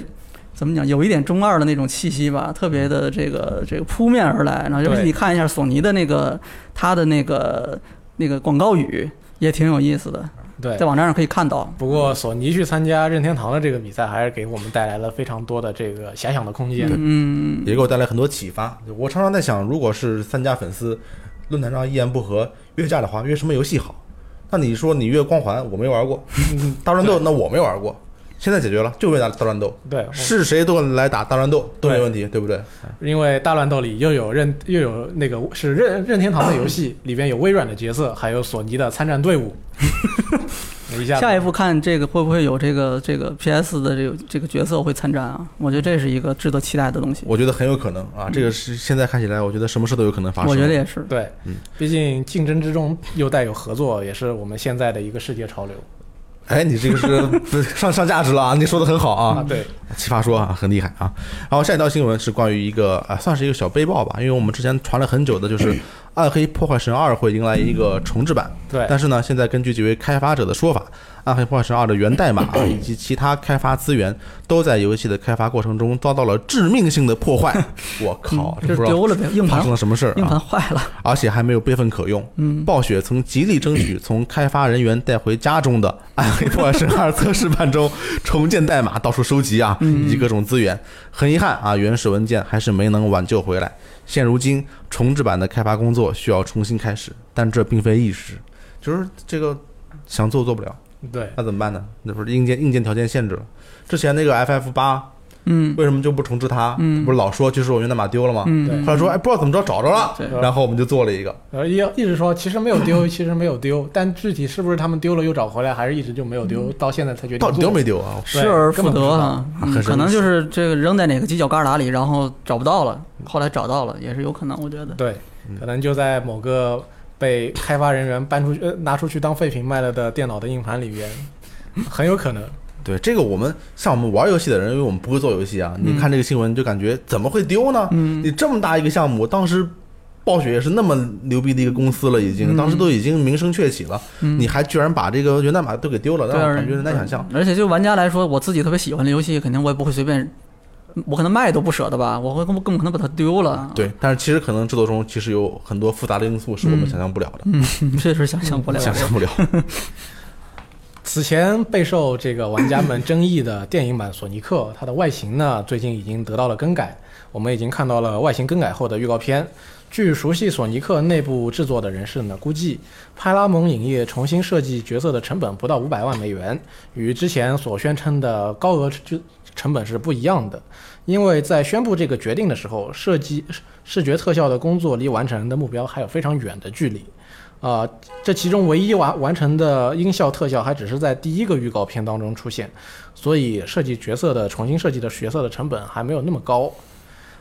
S3: 怎么讲？有一点中二的那种气息吧，特别的这个这个扑面而来。然后尤其
S1: 对
S3: 你看一下索尼的那个它的那个那个广告语，也挺有意思的，
S1: 对
S3: 在网站上可以看到。
S1: 不过索尼去参加任天堂的这个比赛，还是给我们带来了非常多的这个遐想的空间。
S3: 嗯，
S2: 也给我带来很多启发。我常常在想，如果是三家粉丝论坛上一言不合约架的话，嗯约什么游戏好？那你说你约光环，我没玩过；大乱斗，那我没玩过。现在解决了，就为打大乱斗，
S1: 对，
S3: 哦
S2: 是谁都来打大乱斗都没
S1: 对
S2: 问题，对不对？
S1: 因为大乱斗里又有任又有那个是任任天堂的游戏里边有微软的角色，还有索尼的参战队
S3: [LAUGHS]
S1: 伍。一下子
S3: 下一步看这个会不会有这个这个 PS 的这个这个角色会参战啊？我觉得这是一个值得期待的东西。
S2: 我觉得很有可能啊，这个是现在看起来，我觉得什么事都有可能发生。
S3: 我觉得也是，
S1: 对，毕竟竞争之中又带有合作，也是我们现在的一个世界潮流
S2: 哎，你这个是不是 [LAUGHS] 上上价值了啊！你说的很好啊，
S1: 对，
S2: 奇葩说啊，很厉害啊。然后下一条新闻是关于一个啊，算是一个小背报吧，因为我们之前传了很久的，
S3: 嗯
S2: 就是《暗黑破坏神二》会迎来一个重置版。
S1: 对
S2: 但是呢，现在根据几位开发者的说法，《暗黑破坏神二》的源代
S3: [COUGHS]
S2: 码以及其他开发资源都在游戏的开发过程中遭到了致命性的破
S3: [LAUGHS]
S2: 坏。我靠，这
S3: 嗯就是
S2: 不知道
S3: 丢了呗，硬
S2: 发
S3: 盘
S2: 生了什么事儿
S3: 硬
S2: 啊！
S3: 盘坏了，
S2: 而且还没有备份可用。
S3: 嗯，
S2: 暴雪曾极力争取从开发人员带回家中的 [LAUGHS] 《暗黑破坏神二》测试版中重建代码，到处收集啊，
S3: 嗯
S2: 以及各种资源。很遗憾啊，原始文件还是没能挽救回来。现如今，重置版的开发工作需要重新开始，但这并非易事，就是这个想做做不了，
S1: 对，
S2: 那怎么办呢？那不是硬件硬件条件限制了。之前那个 FF 八
S3: 嗯
S2: 为什么就不重置它？
S3: 嗯
S2: 不是老说就是我源代码丢了吗？
S1: 对
S3: 嗯，
S2: 后来说哎，不知道怎么着找着了
S3: 对，
S2: 然后我们就做了一个。
S1: 呃，一一直说其实没有丢，其实没有丢，但具体是不是他们丢了又找回来，还是一直就没有丢，到现在才决定
S2: 嗯到底
S1: 做
S2: 丢没丢啊？
S3: 失而复
S2: 根
S3: 得啊，
S2: 本不知道啊很
S3: 嗯
S2: 神奇
S3: 可能就是这个扔在哪个犄角旮旯里，然后找不到了，后来找到了也是有可能，我觉得。
S1: 对，
S2: 嗯
S1: 可能就在某个被开发人员搬出去、呃、拿出去当废品卖了的电脑的硬盘里边，很有可能。
S2: 对这个，我们像我们玩游戏的人，因为我们不会做游戏啊，你看这个新闻就感觉怎么会丢呢？
S3: 嗯
S2: 你这么大一个项目，当时暴雪也是那么牛逼的一个公司了，已经，
S3: 嗯
S2: 当时都已经名声鹊起了，
S3: 嗯，
S2: 你还居然把这个源代码都给丢了，
S3: 对
S2: 让
S3: 啊
S2: 我感觉很难想象。
S3: 而且就玩家来说，我自己特别喜欢的游戏，肯定我也不会随便，我可能卖都不舍得吧，我会更更可能把它丢了。
S2: 对，但是其实可能制作中其实有很多复杂的因素是我们想象不了的，
S3: 嗯，确实想象不了。
S2: 想象不了。
S1: 此前备受这个玩家们争议的电影版《索尼克》，它的外形呢，最近已经得到了更改。我们已经看到了外形更改后的预告片。据熟悉《索尼克》内部制作的人士呢，估计派拉蒙影业重新设计角色的成本不到五百万美元，与之前所宣称的高额制成本是不一样的。因为在宣布这个决定的时候，设计视觉特效的工作离完成的目标还有非常远的距离。啊、这其中唯一完完成的音效特效还只是在第一个预告片当中出现，所以设计角色的重新设计的角色的成本还没有那么高。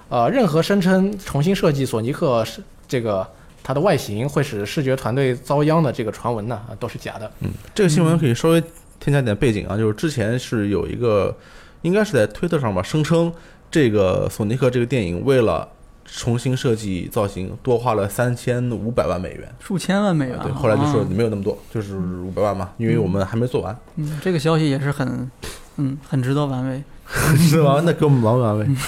S1: 呃，任何声称重新设计索尼克是这个它的外形会使视觉团队遭殃的这个传闻呢，啊都是假
S2: [LAUGHS]
S1: 的。
S2: 这个新
S3: 嗯
S2: 闻可以稍微添加点背景啊，就是之前是有一个，应该是在推特上吧，声称这个《索尼克》这个电影为了重新设计造型，多花了三千五百万美元。
S3: 数千万美元啊。
S2: 对，后来就说
S3: 啊
S2: 没有那么多，就是五百万嘛，因为我们还没做
S3: [LAUGHS]
S2: 完，
S3: 嗯，这个消息也是很，嗯，很值得玩味。
S2: 是吧？那给我们玩玩
S3: 嗯
S2: 呗。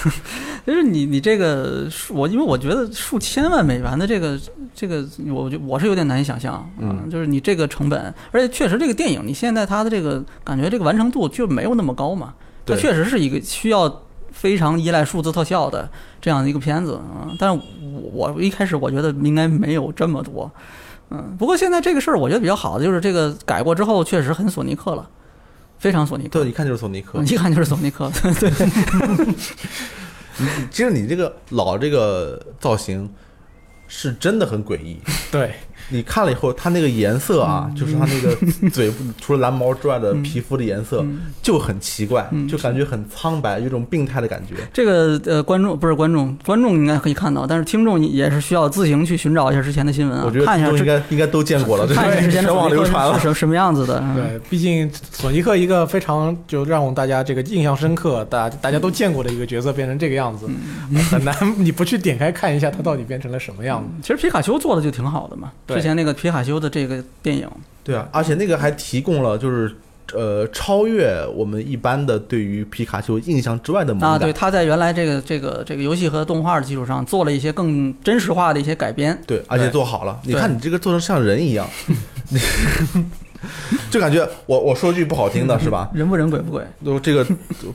S3: 就是你你这个数，我因为我觉得数千万美元的这个这个，我觉我是有点难以想象。啊
S2: 嗯
S3: 就是你这个成本，而且确实这个电影，你现在它的这个感觉这个完成度就没有那么高嘛。它
S2: 对
S3: 确实是一个需要非常依赖数字特效的这样的一个片子啊。但是我我一开始我觉得应该没有这么多。嗯，不过现在这个事儿，我觉得比较好的就是这个改过之后，确实很索尼克了，非常索尼克
S2: 对，，一看就是索尼克。
S3: [LAUGHS] 一看就是索尼克。对，
S2: 其实你这个老这个造型是真的很诡异，
S1: 对，
S2: 你看了以后，它那个颜色啊，
S3: 嗯
S2: 就是它那个嘴 [LAUGHS] 除了蓝毛之外的皮肤的颜色
S3: 嗯
S2: 就很奇怪，就感觉很苍白，有一种病态的感觉。
S3: 这个呃，观众不是观众，观众应该可以看到，但是听众也是需要自行去寻找一下之前的新闻啊，
S2: 我觉得
S3: 看一下
S2: 都
S3: 之
S2: 应该应该都见过了，这
S3: [LAUGHS] 看一下之
S2: 是
S3: 前的
S2: 全网流传
S3: 是
S2: 了。
S3: 什什么样子的。嗯，
S1: 对，毕竟索尼克一个非常就让大家这个印象深刻，大大家都见过的一个角色变成这个样子，
S2: 嗯
S1: 很难 [LAUGHS] 你不去点开看一下它到底变成了什么样子。
S3: 其实皮卡丘做的就挺好的嘛，
S1: 对
S3: 之前那个皮卡丘的这个电影，
S2: 对啊，而且那个还提供了就是。呃，超越我们一般的对于皮卡丘印象之外的萌感，
S3: 啊，对，他在原来这个这个这个游戏和动画的基础上做了一些更真实化的一些改编。
S2: 对，而且
S1: 对
S2: 做好了。你
S3: 对
S2: 看你这个做成像人一
S3: [LAUGHS]
S2: 样， [LAUGHS] 就感觉我我说句不好
S3: [LAUGHS]
S2: 听的是吧？
S3: 人不人鬼不鬼，
S2: 就这个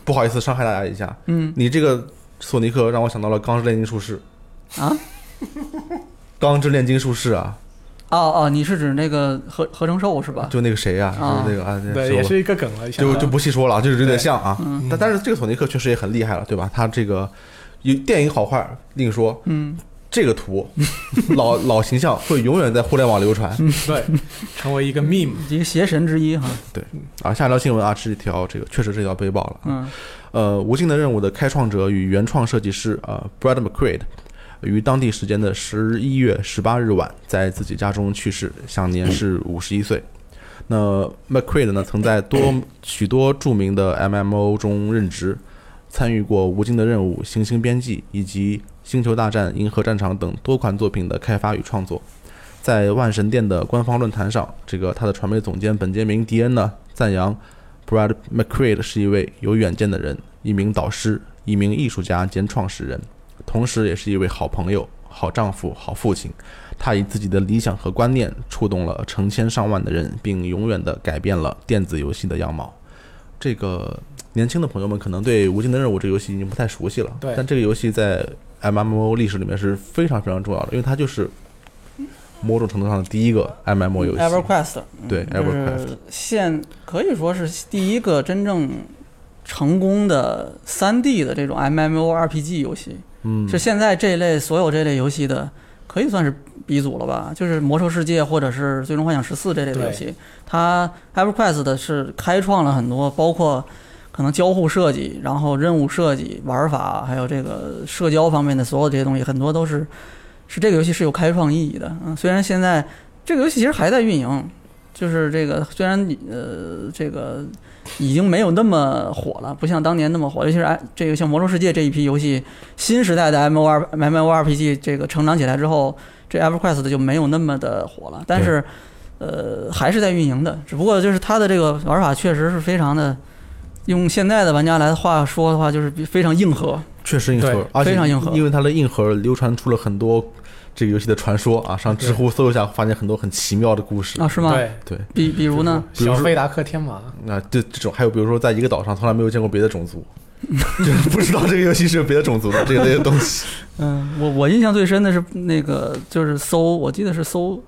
S2: 不好意思伤害大家一下，
S3: 嗯
S2: 你这个索尼克让我想到了《钢之炼金术士》，《
S3: 啊，
S2: 钢之炼金术士》啊，
S3: 哦哦，你是指那个合合成兽是吧？
S2: 就那个谁呀，
S3: 啊
S2: 就是那个啊，那个
S1: 对，
S2: 谁
S1: 也
S2: 我
S1: 是一个梗了，一下
S2: 就就不细说了，就是有
S1: 对
S2: 点像啊。
S3: 嗯
S2: 但但是这个索尼克确实也很厉害了，对吧？他这个有电影好坏另说，
S3: 嗯，
S2: 这个图老老形象会永远在互联网流传。
S3: 嗯
S1: 对，成为一个 meme。
S3: 一个邪神之一哈，
S2: 啊，下一条新闻啊，是一条这个确实是一条背包了。
S3: 嗯
S2: 呃，《无尽的任务》的开创者与原创设计师呃 Brad McCread 于当地时间的十一月十八日晚在自己家中去世，享年是五十一岁。那 McCread 呢，曾在多许多著名的 MMO 中任职，参与过《无尽的任务》《行星编辑》以及《星球大战》《银河战场》等多款作品的开发与创作。在万神殿的官方论坛上，这个他的传媒总监本杰明·迪恩呢赞扬 Brad McCread 是一位有远见的人，一名导师，一名艺术家兼创始人，同时也是一位好朋友、好丈夫、好父亲。他以自己的理想和观念触动了成千上万的人，并永远地改变了电子游戏的样貌。这个年轻的朋友们可能对《无尽的任务》这个游戏已经不太熟悉了，
S1: 对
S2: 但这个游戏在 MMO 历史里面是非常非常重要的，因为它就是某种程度上的第一个 MMO 游戏。
S3: ，EverQuest，
S2: 对
S3: 就
S2: EverQuest
S3: 是现可以说是第一个真正成功的三 D 的这种 MMORPG 游戏，
S2: 嗯，
S3: 是现在这类所有这类游戏的可以算是鼻祖了吧？就是《魔兽世界》或者是《最终幻想十四》这类的游戏，它 EverQuest 的是开创了很多，包括可能交互设计，然后任务设计、玩法，还有这个社交方面的所有这些东西，很多都是是这个游戏是有开创意义的。嗯，虽然现在这个游戏其实还在运营。就是这个，虽然呃，这个已经没有那么火了，不像当年那么火，尤其是哎这个像《魔兽世界》这一批游戏，新时代的 M O R M O R P G 这个成长起来之后，这 EverQuest 就没有那么的火了，但是呃还是在运营的，只不过就是它的这个玩法确实是非常的，用现在的玩家来话说的话，就是比非常硬核。
S2: 确实硬核
S1: 对，
S2: 而且
S3: 非常硬核
S2: 因为它的硬核流传出了很多这个游戏的传说啊，上知乎搜一下，发现很多很奇妙的故事
S3: 啊，。是吗？
S1: 对，
S2: 对，
S3: 比比
S1: 比
S3: 如呢？？
S2: 比如
S1: 小
S2: 说
S1: 飞达克天马，
S2: 那这这种还有比如说，在一个岛上从来没有见过别的种族， [LAUGHS] 就是不知道这个游戏是有别的种族的这类的东
S3: [LAUGHS]
S2: 西。
S3: 嗯，我我印象最深的是那个就是搜，我记得是搜，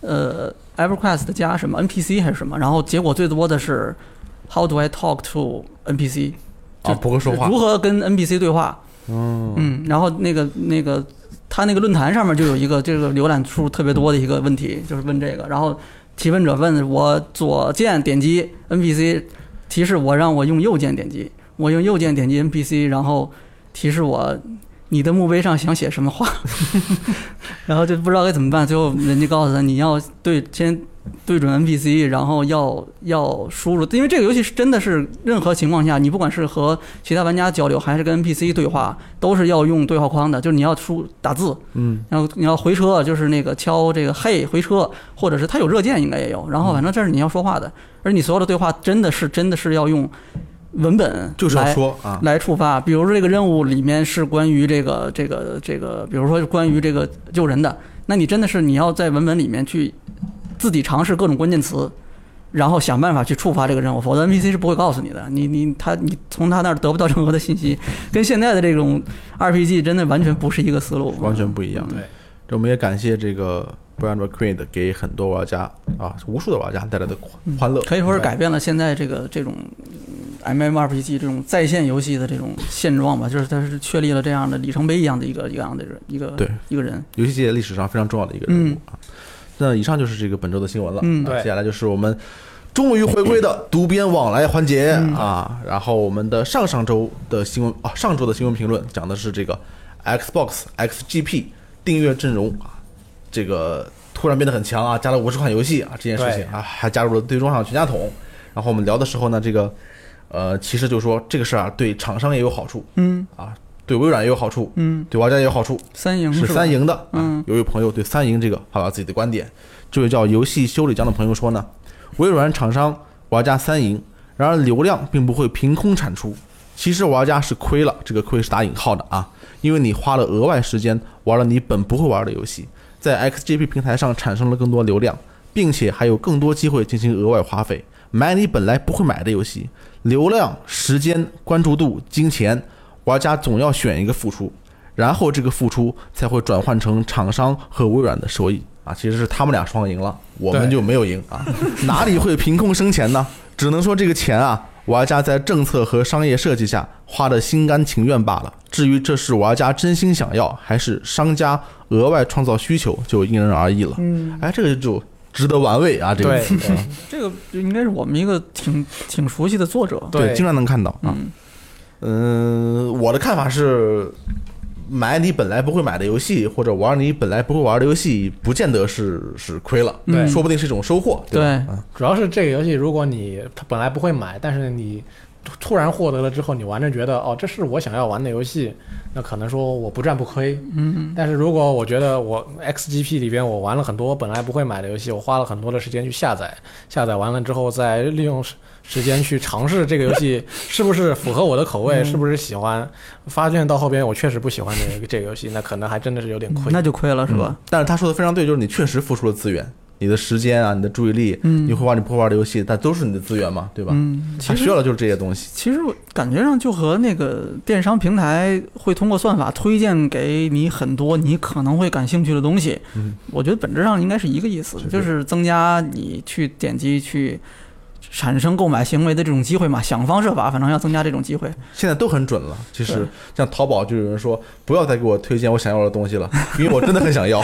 S3: 呃，EverQuest 加什么 NPC 还是什么，然后结果最多的是 How do I talk to NPC？
S2: 啊
S3: 就
S2: 不会说话
S3: 如何跟 NPC 对话？嗯然后那个那个他那个论坛上面就有一个这个浏览数特别多的一个问题，就是问这个，然后提问者问我左键点击 NPC，提示我让我用右键点击，我用右键点击 NPC，然后提示我。你的墓碑上想写什么话， [LAUGHS] 然后就不知道该怎么办。最后人家告诉他，你要对先对准 NPC，然后要要输入，因为这个游戏是真的是任何情况下，你不管是和其他玩家交流，还是跟 NPC 对话，都是要用对话框的，就是你要输打字，
S2: 嗯，
S3: 然后你要回车，就是那个敲这个嘿回车，或者是它有热键应该也有，然后反正这是你要说话的，而你所有的对话真的是真的是要用文本
S2: 就是要
S3: 来
S2: 说啊，
S3: 来触发。比如说这个任务里面是关于这个这个这个，比如说是关于这个救人的，那你真的是你要在文本里面去自己尝试各种关键词，然后想办法去触发这个任务，否则 NPC 是不会告诉你的。你你他你从他那儿得不到任何的信息，跟现在的这种 RPG 真的完全不是一个思路。
S2: 完全不一样。
S1: 对，
S2: 这我们也感谢这个 Brand Creed 给很多玩家啊，无数的玩家带来的欢乐，
S3: 可以说是改变了现在这个这种嗯 MMORPG 这种在线游戏的这种现状吧，就是它是确立了这样的里程碑一样的一个一个样的人一个
S2: 对
S3: 一个人。
S2: 游戏界历史上非常重要的一个人物啊。那以上就是这个本周的新闻了，
S3: 嗯
S2: 啊
S1: 对
S2: 接下来就是我们终于回归的读编往来环节
S3: 嗯
S2: 啊。然后我们的上上周的新闻啊，上周的新闻评论讲的是这个 Xbox XGP 订阅阵容啊，这个突然变得很强啊，加了五十款游戏啊这件事情啊，还加入了最终幻想全家桶。然后我们聊的时候呢，这个呃，其实就说这个事儿啊，对厂商也有好处，
S3: 嗯
S2: 啊，对微软也有好处，
S3: 嗯，
S2: 对玩家也有好处，
S3: 三赢
S2: 是
S3: 吧
S2: 三赢的。
S3: 嗯，
S2: 有位朋友对三赢这个发表自己的观点，这位叫游戏修理匠的朋友说呢， [LAUGHS] 微软厂商玩家三赢，然而流量并不会凭空产出，其实玩家是亏了，这个亏是打引号的啊，因为你花了额外时间玩了你本不会玩的游戏，在 XGP 平台上产生了更多流量，并且还有更多机会进行额外花费，买你本来不会买的游戏，流量、时间、关注度、金钱，玩家总要选一个付出。然后这个付出才会转换成厂商和微软的收益。啊，其实是他们俩双赢了，我们
S1: 对
S2: 就没有赢啊， [LAUGHS] 哪里会贫空生钱呢？只能说这个钱啊，玩家在政策和商业设计下花的心甘情愿罢了。至于这是玩家真心想要，还是商家额外创造需求，就因人而异了。
S3: 嗯，
S2: 哎，这个就值得玩味啊，这个
S1: 对
S2: 词
S1: 对
S3: 这个就应该是我们一个挺挺熟悉的作者。
S1: 对
S2: 经常能看到啊。
S3: 嗯
S2: 嗯、我的看法是，买你本来不会买的游戏，或者玩你本来不会玩的游戏，不见得是是亏了，
S1: 对
S3: 嗯
S2: 说不定是一种收获，对吧？嗯
S1: 主要是这个游戏，如果你他本来不会买，但是你突突然获得了之后，你玩着觉得哦，这是我想要玩的游戏，那可能说我不赚不亏。
S3: 嗯，
S1: 但是如果我觉得我 XGP 里边我玩了很多我本来不会买的游戏，我花了很多的时间去下载，下载完了之后再利用时时间去尝试这个游戏 [LAUGHS] 是不是符合我的口味，
S3: 嗯
S1: 是不是喜欢，发现到后边我确实不喜欢这个这个游戏，那可能还真的是有点亏。
S3: 嗯那就亏了是吧？
S2: 但是他说的非常对，就是你确实付出了资源，你的时间啊，你的注意力，
S3: 嗯
S2: 你会玩你不会玩的游戏，但都是你的资源嘛，对吧？
S3: 嗯，
S2: 他
S3: 其
S2: 需
S3: 实
S2: 要的就是这些东西。
S3: 其实我感觉上就和那个电商平台会通过算法推荐给你很多你可能会感兴趣的东西，
S2: 嗯
S3: 我觉得本质上应该是一个意思，
S2: 是
S3: 就是增加你去点击去。产生购买行为的这种机会嘛，想方设法，反正要增加这种机会。
S2: 现在都很准了。其
S3: 对
S2: 实像淘宝就有人说，不要再给我推荐我想要的东西
S3: [LAUGHS]
S2: 了，因为我真的很想要。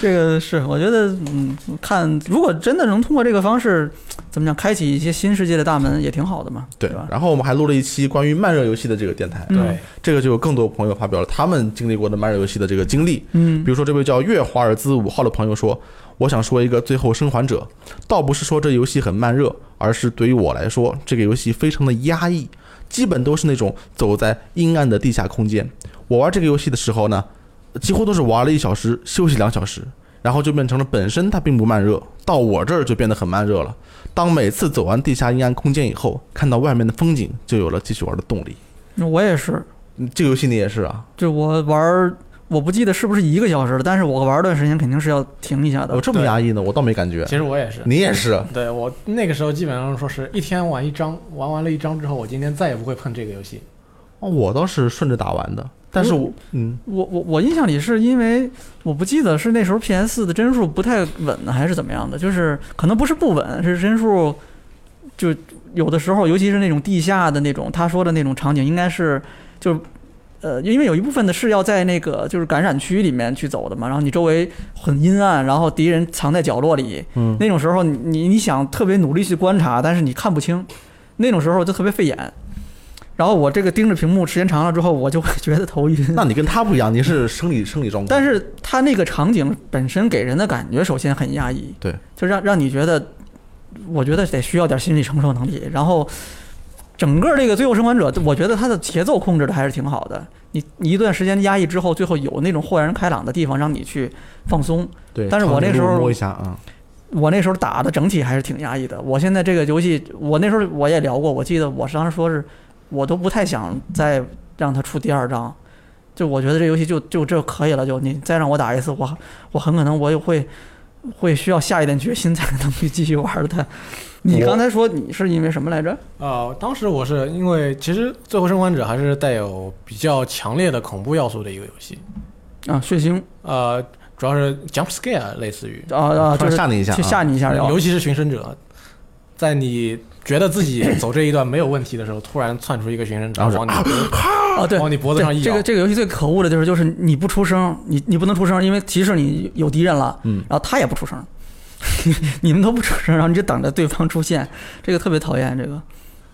S3: 这个是，我觉得，嗯，看如果真的能通过这个方式，怎么讲，开启一些新世界的大门，也挺好的嘛，
S2: 对
S3: 对吧？
S2: 然后我们还录了一期关于慢热游戏的这个电台，
S3: 嗯
S1: 对，
S2: 这个就有更多朋友发表了他们经历过的慢热游戏的这个经历。
S3: 嗯
S2: 比如说这位叫月华尔兹五号的朋友说：“我想说一个《最后生还者》，倒不是说这游戏很慢热，而是对于我来说，这个游戏非常的压抑，基本都是那种走在阴暗的地下空间。我玩这个游戏的时候呢，几乎都是玩了一小时，休息两小时，然后就变成了本身它并不慢热，到我这儿就变得很慢热了。当每次走完地下阴暗空间以后，看到外面的风景，就有了继续玩的动力。
S3: 那我也是，
S2: 嗯这个游戏你也是啊？
S3: 就我玩儿，我不记得是不是一个小时了，但是我玩儿段时间肯定是要停一下
S2: 我
S3: 的。
S2: 这么
S1: 对
S2: 压抑呢，我倒没感觉。
S1: 其实我也是。
S2: 你也是，啊
S1: 对我那个时候基本上说是一天玩一张，玩完了一张之后，我今天再也不会碰这个游戏。
S2: 哦，我倒是顺着打完的，但是我嗯，
S3: 我我我印象里是因为我不记得是那时候 PS 的帧数不太稳呢，还是怎么样的，就是可能不是不稳，是帧数就有的时候，尤其是那种地下的那种他说的那种场景，应该是就。呃，因为有一部分的是要在那个就是感染区里面去走的嘛，然后你周围很阴暗，然后敌人藏在角落里，
S2: 嗯
S3: 那种时候你你你想特别努力去观察，但是你看不清，那种时候就特别费眼。然后我这个盯着屏幕时间长了之后，我就会觉得头晕。
S2: 那你跟他不一样，你是生理生理状况，
S3: 但是他那个场景本身给人的感觉，首先很压抑，
S2: 对，
S3: 就让让你觉得，我觉得得需要点心理承受能力。然后，整个这个《最后生还者》，我觉得它的节奏控制的还是挺好的。你你一段时间压抑之后，最后有那种豁然开朗的地方，让你去放松。
S2: 对，
S3: 但是我那时候
S2: 长颈鹿摸一下啊，
S3: 我那时候打的整体还是挺压抑的。我现在这个游戏，我那时候我也聊过，我记得我当时说是，我都不太想再让它出第二章，就我觉得这游戏就就这可以了，就你再让我打一次，我我很可能我也会会需要下一点决心才能去继续玩它。你
S2: 我
S3: 刚才说你是因为什么来着？
S1: 呃，当时我是因为其实《最后生还者》还是带有比较强烈的恐怖要素的一个游戏，
S3: 啊，血腥
S1: 呃，主要是 jump scare 类似于，
S3: 啊啊，
S2: 突
S3: 就
S2: 然
S3: 是
S2: 吓你一下啊，
S3: 去吓你一下聊
S1: 尤其是寻生者，在你觉得自
S3: [CLEARS THROAT]
S1: 己走这一段没有问题的时候，突然窜出一个寻生者
S2: 然后是
S1: 往你
S3: 啊，对，
S1: 往你脖子上一
S3: 对这
S1: 咬
S3: 个，这个游戏最可恶的就是，就是你不出声，你你不能出声，因为即使你有敌人了，
S2: 嗯，
S3: 然后他也不出声， [LAUGHS] 你们都不出声，然后你就等着对方出现，这个特别讨厌，这个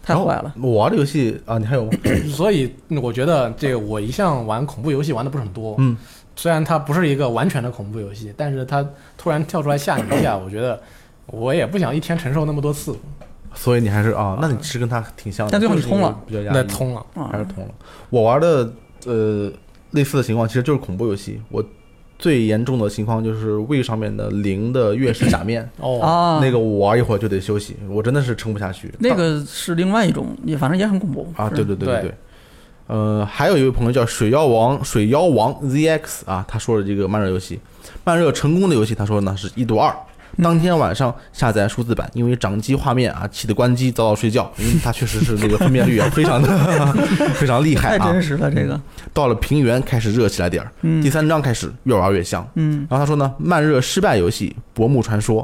S3: 太坏了。
S2: 然后我玩的游戏啊，你还有吗 [COUGHS]
S1: 所以我觉得这个我一向玩恐怖游戏玩的不是很多，
S2: 嗯，
S1: 虽然它不是一个完全的恐怖游戏，但是它突然跳出来吓你一下，我觉得我也不想一天承受那么多次，
S2: 所以你还是啊，那你是跟他挺像的，
S3: 但最后你
S2: 就是一个
S3: 通了，
S2: 比较压
S1: 那
S2: 抑，
S1: 通了，
S3: 啊
S2: 还是通了。我玩的呃类似的情况其实就是恐怖游戏，我最严重的情况就是胃上面的零的月食假面，
S1: 哦，
S3: 啊，
S2: 那个我玩一会儿就得休息，我真的是撑不下去。
S3: 那个是另外一种，也反正也很恐怖
S2: 啊，对，对对
S1: 对
S2: 对。呃，还有一位朋友叫水妖王，水妖王 ZX 啊，他说的这个慢热游戏，慢热成功的游戏，他说呢是一度二，当天晚上下载数字版，因为掌机画面啊气得关机，早早睡觉，因为它确实是那个分辨率啊非常的非常厉害
S3: 太
S2: 啊
S3: 真。实了，这个，
S2: 到了平原开始热起来点儿，
S3: 嗯
S2: 第三章开始越玩越像。
S3: 嗯
S2: 然后他说呢，慢热失败游戏《薄暮传说》，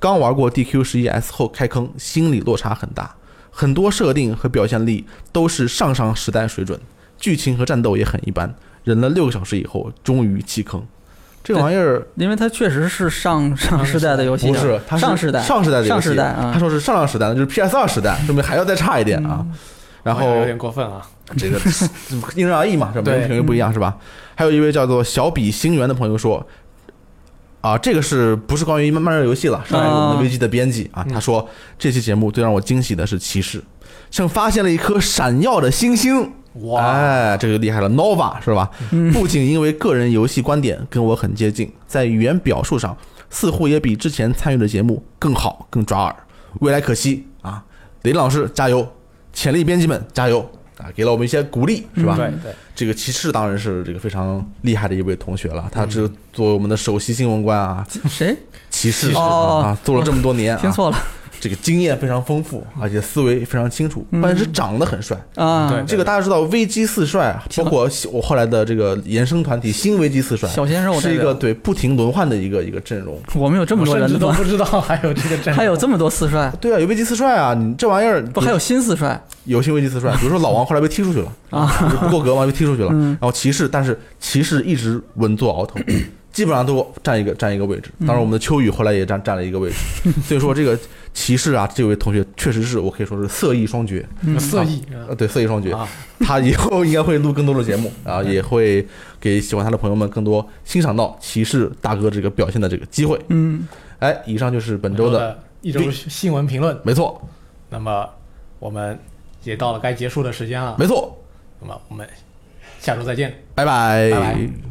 S2: 刚玩过 DQ 十一 S 后开坑，心理落差很大，很多设定和表现力都是上上时代水准，剧情和战斗也很一般。忍了六个小时以后，终于弃坑。这个玩意儿
S3: 因为它确实是上上世代的游戏，
S2: 不是，它是
S3: 上世代
S2: 上世代的游
S3: 上
S2: 戏
S3: 世代啊
S2: 他说是上上时代的，就是 PS 二时代，说明还要再差一点啊。
S3: 嗯
S2: 然
S1: 好像有
S2: 后
S1: 点过分啊，
S3: 哎
S2: 这个因人而异嘛，是吧？
S1: 对
S2: 每个评论不一样是吧？还有一位叫做小比星源的朋友说，啊，这个是不是关于慢慢热游戏了？是关于我们的危机的编辑啊，
S1: 嗯
S2: 他说这期节目最让我惊喜的是骑士，像发现了一颗闪耀的星星。
S1: 哇，
S2: 哎，这个厉害了，Nova 是吧？
S3: 嗯
S2: 不仅因为个人游戏观点跟我很接近，在语言表述上似乎也比之前参与的节目更好、更抓耳。未来可期啊，雷老师加油，潜力编辑们加油啊，给了我们一些鼓励是吧？
S3: 嗯
S1: 对对，
S2: 这个骑士当然是这个非常厉害的一位同学了，他是作为我们的首席新闻官啊，
S3: 谁
S2: 骑士
S1: 骑士
S2: 啊
S3: 哦
S2: 啊，做了这么多年
S3: [LAUGHS] 听
S2: 啊，
S3: 错了
S2: 这个经验非常丰富，而且思维非常清楚，
S3: 嗯
S2: 关键是长得很帅。
S3: 啊？
S1: 对
S2: 这个大家知道，危机四帅，啊，包括我后来的这个衍生团体新危机四帅，
S3: 小鲜肉
S2: 是一
S3: 代
S2: 个
S3: 表
S2: 对不停轮换的一个一个阵容。
S3: 我们有这么多
S1: 我
S3: 人
S1: 甚至
S3: 的
S1: 都
S3: 吗？
S1: 不知道还有这个阵容，
S3: 还有这么多四帅，
S2: 对啊，有危机四帅啊，你这玩意儿
S3: 不还有新四帅
S2: 有新危机四
S3: [LAUGHS]
S2: 帅？比如说老王后来被踢出去了
S3: 啊？
S2: 就不够格嘛，被踢出去了。
S3: 嗯
S2: 然后骑士，但是骑士一直稳坐鳌头，基本上都占一个占一个位
S3: 嗯
S2: 置。当然，我们的秋雨后来也占占了一个位
S3: [LAUGHS]
S2: 置。所以说，这个骑士啊，这位同学确实是我可以说是色艺双绝。
S1: 有色艺
S3: 嗯
S2: 呃，对，色艺双绝，
S1: 啊，
S2: [LAUGHS] 他以后应该会录更多的节目，啊，也会给喜欢他的朋友们更多欣赏到骑士大哥这个表现的这个机会。
S3: 嗯，
S2: 哎，以上就是本
S1: 本
S2: 周
S1: 周
S2: 的，
S1: 的一周新闻评论，
S2: 没错，
S1: 那么我们也到了该结束的时间了，
S2: 没错，
S1: 那么我们下周再见。
S2: 拜拜
S1: 拜拜